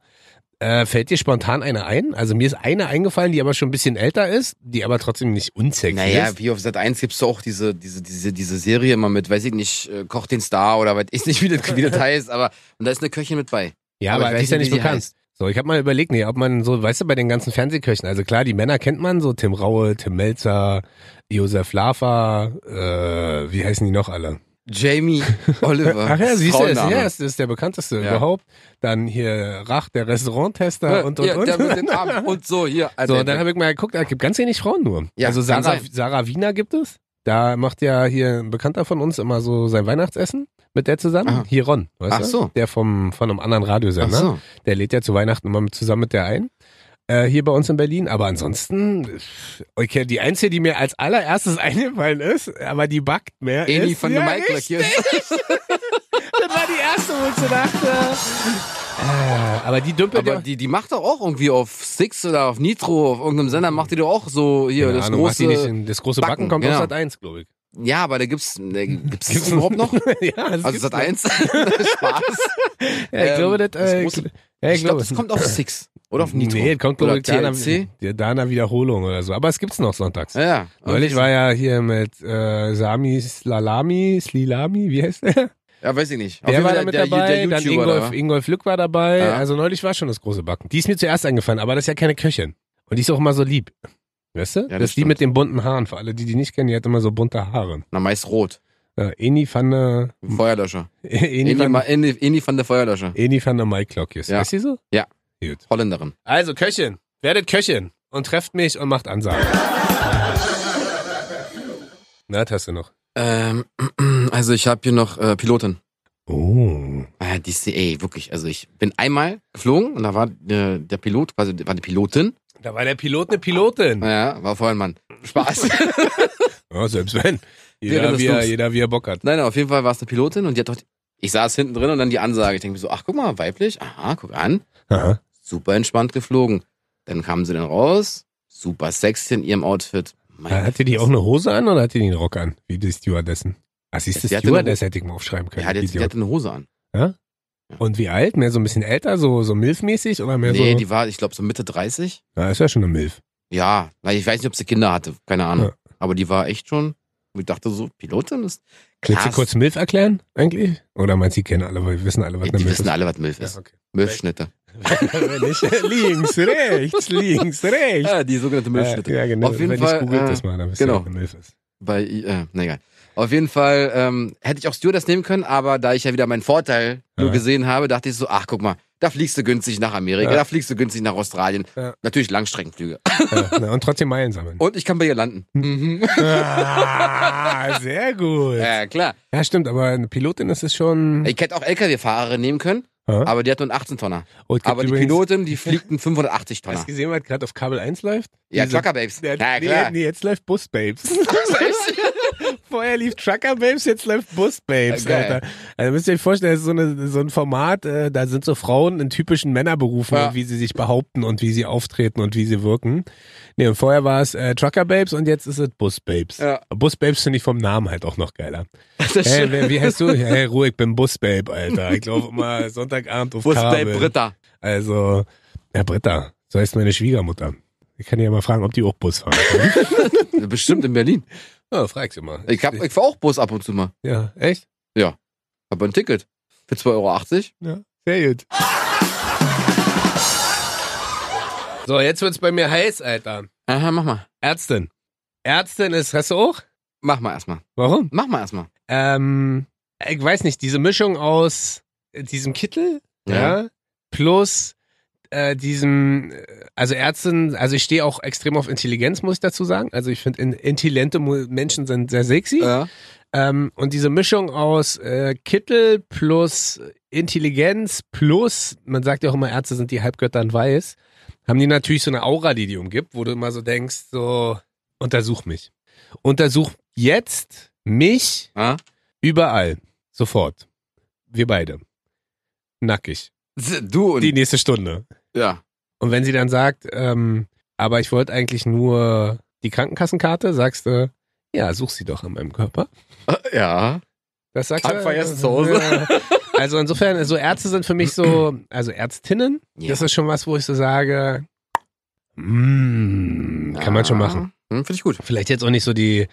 Speaker 1: Äh, fällt dir spontan einer ein? Also mir ist eine eingefallen, die aber schon ein bisschen älter ist, die aber trotzdem nicht unsexy
Speaker 2: Naja,
Speaker 1: ist.
Speaker 2: wie auf Sat 1 gibt's doch auch diese, diese, diese, diese Serie immer mit, weiß ich nicht, äh, Koch den Star oder weiß ich nicht, wie das, wie das heißt, aber und da ist eine Köchin mit bei.
Speaker 1: Ja,
Speaker 2: aber
Speaker 1: aber, die
Speaker 2: ich weiß
Speaker 1: ist ja
Speaker 2: nicht,
Speaker 1: nicht
Speaker 2: wie die
Speaker 1: bekannt.
Speaker 2: heißt.
Speaker 1: So, ich habe mal überlegt, nee, ob man so, weißt du, bei den ganzen Fernsehköchen, also klar, die Männer kennt man, so Tim Raue, Tim Melzer, Josef Laffer, äh, wie heißen die noch alle?
Speaker 2: Jamie Oliver.
Speaker 1: Ach ja,
Speaker 2: Das
Speaker 1: siehst du, ist,
Speaker 2: Äh, Frauenname.
Speaker 1: ja, ist, ist der bekannteste
Speaker 2: Ja.
Speaker 1: überhaupt. Dann hier Rach, der Restauranttester und, und,
Speaker 2: ja,
Speaker 1: und.
Speaker 2: Der mit den Armen und so, hier.
Speaker 1: so, und dann habe ich mal geguckt, es gibt ganz wenig Frauen nur.
Speaker 2: also, Ja,
Speaker 1: also
Speaker 2: kann
Speaker 1: Sarah,
Speaker 2: sein.
Speaker 1: Sarah Wiener gibt es. Da macht ja hier ein Bekannter von uns immer so sein Weihnachtsessen mit der zusammen.
Speaker 2: Aha.
Speaker 1: Hier Ron, weißt
Speaker 2: Ach
Speaker 1: du?
Speaker 2: so.
Speaker 1: Der vom, von einem anderen Radiosender.
Speaker 2: Ach so.
Speaker 1: Der lädt ja zu Weihnachten immer mit- zusammen mit der ein. Äh, hier bei uns in Berlin. Aber ansonsten, okay, die einzige, die mir als allererstes eingefallen ist, aber die backt mehr.
Speaker 2: Eni
Speaker 1: ist,
Speaker 2: von der Mike
Speaker 1: richtig.
Speaker 2: hier.
Speaker 1: Das war die erste, wo ich so dachte. Äh, aber die dümpelt
Speaker 2: Aber
Speaker 1: ja.
Speaker 2: die, die macht doch auch irgendwie auf Six oder auf Nitro, auf irgendeinem Sender macht die doch auch so hier
Speaker 1: Keine
Speaker 2: das
Speaker 1: Ahnung, macht
Speaker 2: große.
Speaker 1: die nicht in- das große Backen,
Speaker 2: Backen,
Speaker 1: kommt aus
Speaker 2: genau.
Speaker 1: Sat 1, glaube ich.
Speaker 2: ja, aber da gibt's, ne, gibt's, das überhaupt noch?
Speaker 1: ja, das
Speaker 2: Also Sat
Speaker 1: gibt's
Speaker 2: 1. Spaß.
Speaker 1: noch. Ja, ich
Speaker 2: ähm,
Speaker 1: glaube, das,
Speaker 2: das
Speaker 1: äh,
Speaker 2: große-
Speaker 1: ja, ich
Speaker 2: ich glaube,
Speaker 1: glaube,
Speaker 2: das kommt auf Six. Oder auf Nitro.
Speaker 1: Nee, kommt glaube
Speaker 2: Oder
Speaker 1: ich Dana,
Speaker 2: TLC.
Speaker 1: ja, Dana Wiederholung oder so. Aber es gibt's noch sonntags.
Speaker 2: Ja, ja.
Speaker 1: Neulich war ja hier mit äh, Sami Slalami, Slilami, wie heißt der?
Speaker 2: Ja, weiß ich nicht. Auf
Speaker 1: Der
Speaker 2: jeden
Speaker 1: war
Speaker 2: Fall
Speaker 1: da mit dabei,
Speaker 2: der
Speaker 1: dann
Speaker 2: YouTuber da
Speaker 1: Ingolf,
Speaker 2: war.
Speaker 1: Ingolf Lück war dabei.
Speaker 2: Ja.
Speaker 1: Also neulich war schon das große Backen. Die ist mir zuerst eingefallen, aber das ist ja keine Köchin. Und die ist auch immer so lieb. Weißt du?
Speaker 2: das
Speaker 1: das ist die
Speaker 2: stimmt.
Speaker 1: mit den bunten Haaren. Für alle, die die nicht kennen, die hat immer so bunte Haare.
Speaker 2: Na, meist rot.
Speaker 1: Äh, Eni van der...
Speaker 2: Feuerlöscher.
Speaker 1: Mhm. Eni
Speaker 2: Eni,
Speaker 1: van,
Speaker 2: Ma- Eni, Eni von der Feuerlöscher.
Speaker 1: Eni van der Maiklokjes.
Speaker 2: Ja.
Speaker 1: Ist sie so?
Speaker 2: Ja.
Speaker 1: Gut.
Speaker 2: Holländerin.
Speaker 1: Also Köchin. Werdet Köchin. Und trefft mich und macht Ansagen. Na, das hast du noch.
Speaker 2: Ähm, also ich habe hier noch äh, Pilotin.
Speaker 1: Oh.
Speaker 2: Ah, die ist, ey, wirklich. Also ich bin einmal geflogen und da war äh, der Pilot, quasi war die Pilotin.
Speaker 1: Da war der Pilot eine Pilotin.
Speaker 2: Naja, war vorher ein Mann. Spaß.
Speaker 1: Ja, selbst wenn.
Speaker 2: Während
Speaker 1: Jeder
Speaker 2: des
Speaker 1: wie, er,
Speaker 2: Flugs.
Speaker 1: jeder, wie er Bock hat.
Speaker 2: Nein, nein, auf jeden Fall war es eine Pilotin und die hat doch. Ich saß hinten drin und dann die Ansage. Ich denke mir so, ach guck mal, weiblich, aha, guck an.
Speaker 1: Aha.
Speaker 2: Super entspannt geflogen. Dann kamen sie dann raus, super sexy in ihrem Outfit.
Speaker 1: Äh,
Speaker 2: Meine
Speaker 1: Hatte die auch eine Hose an oder hatte die einen Rock an? Wie die Stewardessen. Ah, siehst du,
Speaker 2: Die hatte
Speaker 1: Stewardess hätte ich mal aufschreiben
Speaker 2: die
Speaker 1: können.
Speaker 2: hat jetzt, die
Speaker 1: Idiot.
Speaker 2: hatte eine Hose an.
Speaker 1: Und wie alt? Mehr so ein bisschen älter, so, so Milf-mäßig oder mehr
Speaker 2: nee,
Speaker 1: so?
Speaker 2: die war, ich glaube, so Mitte 30.
Speaker 1: Na, ist ja schon eine Milf.
Speaker 2: Ja, weil ich weiß nicht, ob sie Kinder hatte, keine Ahnung.
Speaker 1: Ja.
Speaker 2: Aber die war echt schon, ich dachte so, Pilotin ist
Speaker 1: Willst
Speaker 2: klasse.
Speaker 1: du kurz Milf erklären eigentlich? Oder meinst du, die kennen alle, weil wir wissen alle, was
Speaker 2: die,
Speaker 1: eine Milf
Speaker 2: wissen
Speaker 1: ist?
Speaker 2: alle, was Milf ist.
Speaker 1: Ja, okay.
Speaker 2: Milfschnitte.
Speaker 1: Wenn ich, links, rechts, links, rechts.
Speaker 2: Ja, die sogenannte Milfschnitte.
Speaker 1: Äh, ja, genau.
Speaker 2: Auf jeden
Speaker 1: Wenn
Speaker 2: Fall,
Speaker 1: ich googelt
Speaker 2: äh,
Speaker 1: das mal, dann wisst ihr,
Speaker 2: genau.
Speaker 1: was eine Milf ist.
Speaker 2: Bei, äh, na egal. Auf jeden Fall ähm, hätte ich auch Stewardess nehmen können, aber da ich ja wieder meinen Vorteil nur
Speaker 1: Ja.
Speaker 2: gesehen habe, dachte ich so, ach guck mal, da fliegst du günstig nach Amerika,
Speaker 1: Ja.
Speaker 2: da fliegst du günstig nach Australien.
Speaker 1: Ja.
Speaker 2: Natürlich Langstreckenflüge.
Speaker 1: Ja, na, und trotzdem Meilen sammeln.
Speaker 2: Und ich kann bei ihr landen. Mhm.
Speaker 1: ah, sehr gut.
Speaker 2: Ja, klar.
Speaker 1: Ja, stimmt, aber eine Pilotin ist es schon.
Speaker 2: Ich hätte auch LKW-Fahrerin nehmen können,
Speaker 1: Ja.
Speaker 2: aber die hat nur einen 18-Tonner.
Speaker 1: Oh, es gibt
Speaker 2: Aber die
Speaker 1: übrigens-
Speaker 2: Pilotin, die fliegt einen
Speaker 1: Hast
Speaker 2: 580-Tonner.
Speaker 1: du gesehen, was gerade auf Kabel 1 läuft?
Speaker 2: Ja,
Speaker 1: Diese-
Speaker 2: Trucker Babes.
Speaker 1: Ja,
Speaker 2: Na
Speaker 1: nee,
Speaker 2: klar.
Speaker 1: nee, jetzt läuft Bus Babes. Vorher lief Trucker Babes, jetzt läuft Bus Babes,
Speaker 2: Ja, geil.
Speaker 1: Alter. Also müsst ihr euch vorstellen, das ist so, eine, so ein Format, äh, da sind so Frauen in typischen Männerberufen
Speaker 2: Ja.
Speaker 1: und wie sie sich behaupten und wie sie auftreten und wie sie wirken. Nee, und vorher war es äh, Trucker Babes und jetzt ist es Bus Babes.
Speaker 2: Ja.
Speaker 1: Bus Babes finde ich vom Namen halt auch noch geiler.
Speaker 2: Das
Speaker 1: Hey,
Speaker 2: ist
Speaker 1: wer, wie heißt du? Hey, ruhig, ich bin Bus Babe, Alter. Ich laufe immer Sonntagabend auf
Speaker 2: Bus
Speaker 1: Kabel.
Speaker 2: Babe Britta.
Speaker 1: Also, ja, Britta, so heißt meine Schwiegermutter. Ich kann ja mal fragen, ob die auch Bus fahren.
Speaker 2: Bestimmt in Berlin.
Speaker 1: ja, frag sie mal.
Speaker 2: Ich, hab- ich fahr auch Bus ab und zu mal.
Speaker 1: ja, echt?
Speaker 2: Hab ein Ticket. Für 2,80 Euro.
Speaker 1: Ja, sehr gut. So, jetzt wird's bei mir heiß, Alter.
Speaker 2: Aha, mach mal.
Speaker 1: Ärztin. Ärztin ist, hast du auch?
Speaker 2: Mach mal erstmal.
Speaker 1: Warum?
Speaker 2: Mach mal erstmal.
Speaker 1: Ähm, ich weiß nicht, diese Mischung aus äh, diesem Kittel, ja,
Speaker 2: Ja.
Speaker 1: plus äh, diesem, äh, also Ärzten, also ich stehe auch extrem auf Intelligenz, muss ich dazu sagen. Also ich finde, in- intelligente Mu- Menschen sind sehr sexy.
Speaker 2: Ja.
Speaker 1: Ähm, und diese Mischung aus äh, Kittel plus Intelligenz plus, man sagt ja auch immer, Ärzte sind die Halbgötter in Weiß, haben die natürlich so eine Aura, die die umgibt, wo du immer so denkst, so, untersuch mich. Untersuch jetzt mich
Speaker 2: Ja.
Speaker 1: Überall. Sofort. Wir beide. Nackig.
Speaker 2: Du und
Speaker 1: Die nächste Stunde.
Speaker 2: ja.
Speaker 1: Und wenn sie dann sagt, ähm, aber ich wollte eigentlich nur die Krankenkassenkarte, sagst du, ja, such sie doch an meinem Körper.
Speaker 2: Ja.
Speaker 1: Das sagst
Speaker 2: Tank
Speaker 1: du.
Speaker 2: vergessen zu Hause.
Speaker 1: Äh, Also insofern, so Ärzte sind für mich so, also Ärztinnen, das ist schon was, wo ich so sage, mm, kann man schon machen.
Speaker 2: Hm, Finde ich gut.
Speaker 1: Vielleicht jetzt auch nicht so die,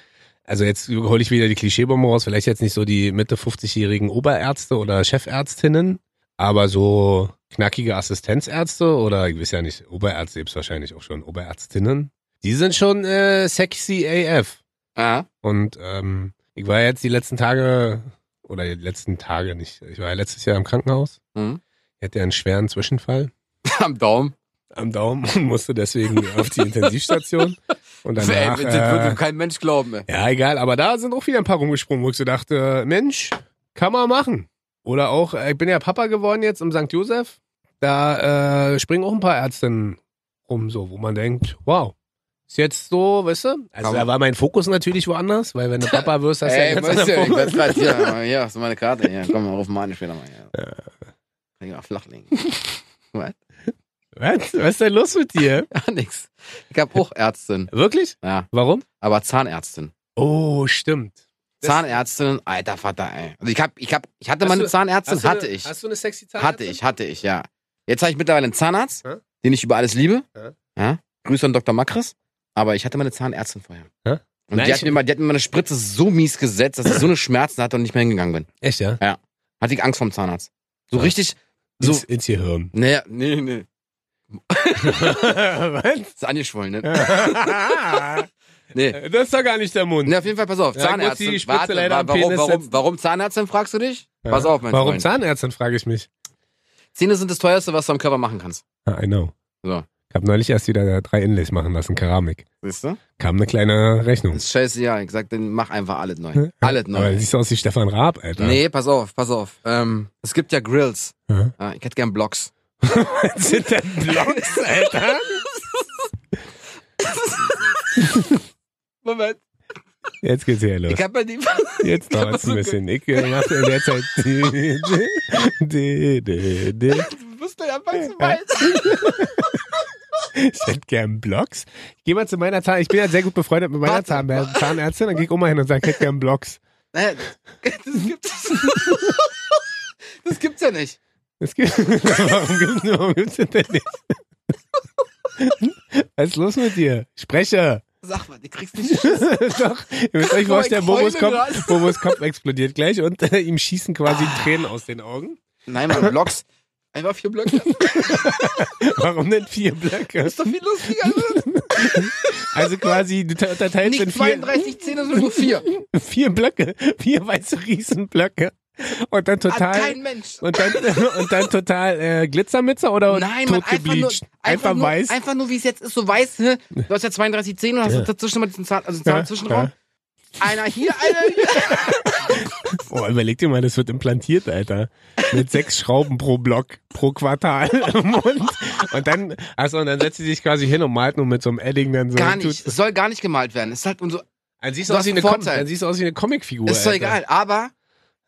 Speaker 1: also jetzt hole ich wieder die Klischeebombe raus, vielleicht jetzt nicht so die Mitte 50-jährigen Oberärzte oder Chefärztinnen, aber so knackige Assistenzärzte oder ich weiß ja nicht, Oberärzte gibt's wahrscheinlich auch schon, Oberärztinnen. Die sind schon äh, sexy AF.
Speaker 2: Ja.
Speaker 1: Und ähm, ich war jetzt die letzten Tage, oder die letzten Tage nicht, ich war ja letztes Jahr im Krankenhaus,
Speaker 2: Mhm.
Speaker 1: ich hatte ja einen schweren Zwischenfall
Speaker 2: Am Daumen.
Speaker 1: am Daumen und musste deswegen auf die Intensivstation. Und danach,
Speaker 2: ey, das
Speaker 1: äh,
Speaker 2: wird wohl kein Mensch glauben. Ey.
Speaker 1: ja, egal, aber da sind auch wieder ein paar rumgesprungen, wo ich so dachte, Mensch, kann man machen. Oder auch, äh, ich bin ja Papa geworden jetzt im St. Josef, da äh, springen auch ein paar Ärztinnen rum, so, wo man denkt, wow, ist jetzt so, weißt du? Also
Speaker 2: Aber-
Speaker 1: da war mein Fokus natürlich woanders, weil wenn du Papa wirst, hast du ja
Speaker 2: Ey,
Speaker 1: einen ganz
Speaker 2: weißt du, ich
Speaker 1: anderen
Speaker 2: werd
Speaker 1: Fokus.
Speaker 2: grad hier, mal hier, hast du meine Karte? Ja, komm, ruf mal an, später mal. Ja. Kann ich mal flachlegen.
Speaker 1: Was? Was ist denn los mit dir?
Speaker 2: Ja, nix. Ich hab auch Ärztin.
Speaker 1: Wirklich?
Speaker 2: Ja,
Speaker 1: Warum?
Speaker 2: aber Zahnärztin.
Speaker 1: Oh, stimmt. Das-
Speaker 2: Zahnärztin, alter Vater, ey. Also ich hab, ich hab, ich hatte
Speaker 1: Hast
Speaker 2: mal eine
Speaker 1: du-
Speaker 2: Zahnärztin,
Speaker 1: Hast du
Speaker 2: hatte
Speaker 1: eine,
Speaker 2: ich.
Speaker 1: Hast du eine sexy Zahnärztin?
Speaker 2: Hatte ich, hatte ich, ja. Jetzt habe ich mittlerweile einen Zahnarzt.
Speaker 1: Hä?
Speaker 2: den ich über alles liebe.
Speaker 1: Ja.
Speaker 2: Ja? Grüße an Dr. Makris. Aber ich hatte meine Zahnärztin vorher.
Speaker 1: Ja?
Speaker 2: Und
Speaker 1: Na,
Speaker 2: die,
Speaker 1: ich-
Speaker 2: hat mir mal, die hat mir meine Spritze so mies gesetzt, dass ich so eine Schmerzen hatte und nicht mehr hingegangen bin.
Speaker 1: Echt, ja?
Speaker 2: Hatte ich Angst vom Zahnarzt. So
Speaker 1: Ja.
Speaker 2: richtig, so,
Speaker 1: Ins, ins Gehirn.
Speaker 2: naja, nee, nee,
Speaker 1: Was?
Speaker 2: ist angeschwollen, ne?
Speaker 1: das
Speaker 2: Nee.
Speaker 1: ist doch gar nicht der Mund.
Speaker 2: Ne, auf jeden Fall, pass auf,
Speaker 1: Ja, gut,
Speaker 2: Zahnärztin.
Speaker 1: die Spitze
Speaker 2: Warte,
Speaker 1: leider
Speaker 2: wa-
Speaker 1: am
Speaker 2: warum,
Speaker 1: Penis
Speaker 2: warum,
Speaker 1: setzt-
Speaker 2: warum Zahnärztin, fragst du dich? Pass auf, mein
Speaker 1: Warum
Speaker 2: Freund.
Speaker 1: Zahnärztin, frage ich mich.
Speaker 2: Zähne sind das teuerste, was du am Körper machen kannst.
Speaker 1: Ah, I know.
Speaker 2: So.
Speaker 1: Ich habe neulich erst wieder drei Inlays machen lassen, Keramik.
Speaker 2: Siehst du?
Speaker 1: Kam eine kleine Rechnung.
Speaker 2: Ist scheiße, ja. Ich sag, dann mach einfach alles neu. Alles
Speaker 1: Aber
Speaker 2: neu.
Speaker 1: siehst du aus wie Stefan Raab, Alter.
Speaker 2: Nee, pass auf, pass auf. Ähm, es gibt ja Grills.
Speaker 1: Ja.
Speaker 2: Ja, ich hätte gern Blocks.
Speaker 1: Was sind denn Blocks, Alter?
Speaker 2: Moment.
Speaker 1: Jetzt geht's hier los.
Speaker 2: Ich hab bei dem.
Speaker 1: Jetzt
Speaker 2: hab
Speaker 1: dauert's
Speaker 2: so
Speaker 1: ein
Speaker 2: ge-
Speaker 1: bisschen. Ich äh, mach in der Zeit. di- di- di- di.
Speaker 2: Du bist gleich anfangen zu
Speaker 1: Ich hätte gern Blocks. Ich geh mal zu meiner Zahn. Ich bin ja sehr gut befreundet mit meiner
Speaker 2: Warte,
Speaker 1: Zahnbe- Zahnärztin. Dann geh ich immer hin und sag, ich hätte gern Blocks.
Speaker 2: Naja, Das gibt's. Das gibt's ja nicht.
Speaker 1: Es gibt, warum, gibt's, warum gibt's denn denn nicht? Was ist los mit dir? Spreche.
Speaker 2: Sag mal, du kriegst nicht.
Speaker 1: Doch, ihr müsst euch
Speaker 2: Guck mal,
Speaker 1: vorstellen,
Speaker 2: ich
Speaker 1: Bobos
Speaker 2: heule
Speaker 1: Kopf,
Speaker 2: gerade. Ah.
Speaker 1: Bobos Kopf explodiert gleich und äh, ihm schießen quasi Tränen aus den Augen.
Speaker 2: Nein, Mann, Blocks. Einfach vier Blöcke.
Speaker 1: Warum denn vier Blöcke?
Speaker 2: Ist doch viel lustiger. Alter.
Speaker 1: Also quasi, du te- unterteilst in
Speaker 2: Nicht
Speaker 1: vier,
Speaker 2: 32 Zähne, sondern nur vier.
Speaker 1: vier Blöcke, vier weiße Riesenblöcke. Und dann
Speaker 2: Hat
Speaker 1: total.
Speaker 2: kein Mensch.
Speaker 1: Und dann, und dann total äh, Glitzermütze oder
Speaker 2: Nein, Mann,
Speaker 1: tot
Speaker 2: einfach nur,
Speaker 1: gebleached?
Speaker 2: einfach, nur,
Speaker 1: weiß.
Speaker 2: einfach nur, wie es jetzt ist, so weiß, ne? Du hast ja 32 Zähne und hast
Speaker 1: Ja.
Speaker 2: dazwischen mal diesen Zahn, also einen Zahnzwischenraum.
Speaker 1: Ja.
Speaker 2: Einer hier, einer hier.
Speaker 1: Oh, überleg dir mal, das wird implantiert, Alter. Mit sechs Schrauben pro Block, pro Quartal im Mund. Und dann, achso, und dann setzt sie sich quasi hin und malt nur mit so einem Edding dann so.
Speaker 2: Gar
Speaker 1: tut's-
Speaker 2: nicht, es soll gar nicht gemalt werden. Es ist halt so,
Speaker 1: Dann siehst
Speaker 2: Du
Speaker 1: du aus
Speaker 2: hast
Speaker 1: wie eine,
Speaker 2: einen
Speaker 1: Com
Speaker 2: Vorteil.
Speaker 1: dann siehst du aus wie eine Comicfigur.
Speaker 2: ist doch
Speaker 1: Alter.
Speaker 2: egal, aber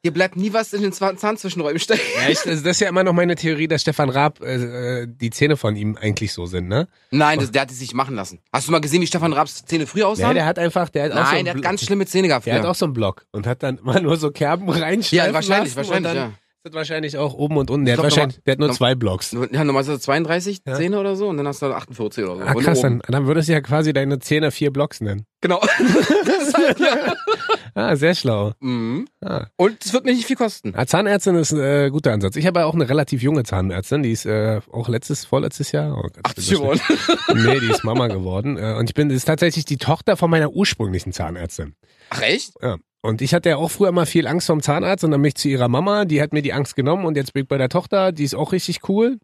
Speaker 2: hier bleibt nie was in den Zahn- Zahnzwischenräumen stecken.
Speaker 1: Ja, ich, also das ist ja immer noch meine Theorie, dass Stefan Raab äh, äh, die Zähne von ihm eigentlich so sind, ne?
Speaker 2: Nein, das, der hat es sich machen lassen. Hast du mal gesehen, wie Stefan Raps Zähne früher
Speaker 1: Ja,
Speaker 2: aussahen?
Speaker 1: der hat einfach, der hat auch so
Speaker 2: Nein,
Speaker 1: einen
Speaker 2: der hat
Speaker 1: Bl-
Speaker 2: ganz schlimme Zähne gehabt.
Speaker 1: der hat
Speaker 2: früher.
Speaker 1: auch so einen Block und hat dann immer nur so Kerben reinschneiden
Speaker 2: ja, wahrscheinlich,
Speaker 1: lassen
Speaker 2: wahrscheinlich,
Speaker 1: und dann
Speaker 2: ja.
Speaker 1: Das hat wahrscheinlich auch oben und unten. Der,
Speaker 2: Ich
Speaker 1: hat,
Speaker 2: glaub,
Speaker 1: wahrscheinlich, der hat nur
Speaker 2: noch-
Speaker 1: zwei Blocks.
Speaker 2: Ja, normal hast du 32
Speaker 1: Ja.
Speaker 2: Zähne oder so und dann hast du 48 oder so.
Speaker 1: Ah,
Speaker 2: Und
Speaker 1: krass,
Speaker 2: oben.
Speaker 1: dann, dann würdest du ja quasi deine Zähne vier Blocks nennen.
Speaker 2: Genau. das ist halt, ja.
Speaker 1: Ah, sehr schlau.
Speaker 2: Mhm.
Speaker 1: Ah.
Speaker 2: Und es wird mir nicht viel kosten.
Speaker 1: Ah, Zahnärztin ist ein äh, guter Ansatz. Ich habe ja auch eine relativ junge Zahnärztin, die ist äh, auch letztes, vorletztes Jahr. Oh Gott, ich bin so schlecht. Nee, die ist Mama geworden. Äh, und ich bin, das ist tatsächlich die Tochter von meiner ursprünglichen Zahnärztin.
Speaker 2: Ach echt?
Speaker 1: Ja. Und ich hatte ja auch früher mal viel Angst vom Zahnarzt und dann bin ich zu ihrer Mama, die hat mir die Angst genommen und jetzt bin ich bei der Tochter, die ist auch richtig cool.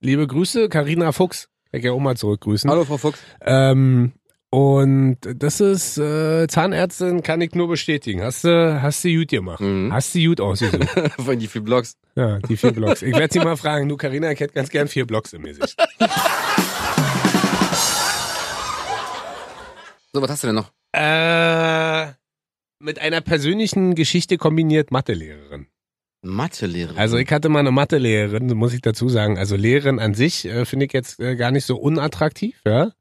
Speaker 1: Liebe Grüße, Karina Fuchs. Ich ja auch mal zurückgrüßen.
Speaker 2: Hallo, Frau Fuchs.
Speaker 1: Ähm, und das ist, äh, Zahnärztin kann ich nur bestätigen. Hast du, hast du gut gemacht.
Speaker 2: Mhm.
Speaker 1: Hast du gut ausgesucht.
Speaker 2: Von die vier Blogs.
Speaker 1: ja, die vier Blocks. Ich werde sie mal fragen, du Karina, ich hätte ganz gern vier Blocks im Gesicht.
Speaker 2: So, was hast du denn noch?
Speaker 1: äh, mit einer persönlichen Geschichte kombiniert Mathelehrerin.
Speaker 2: Mathelehrer.
Speaker 1: Also ich hatte mal eine Mathelehrerin, muss ich dazu sagen. Also Lehrerin an sich äh, finde ich jetzt äh, gar nicht so unattraktiv, ja.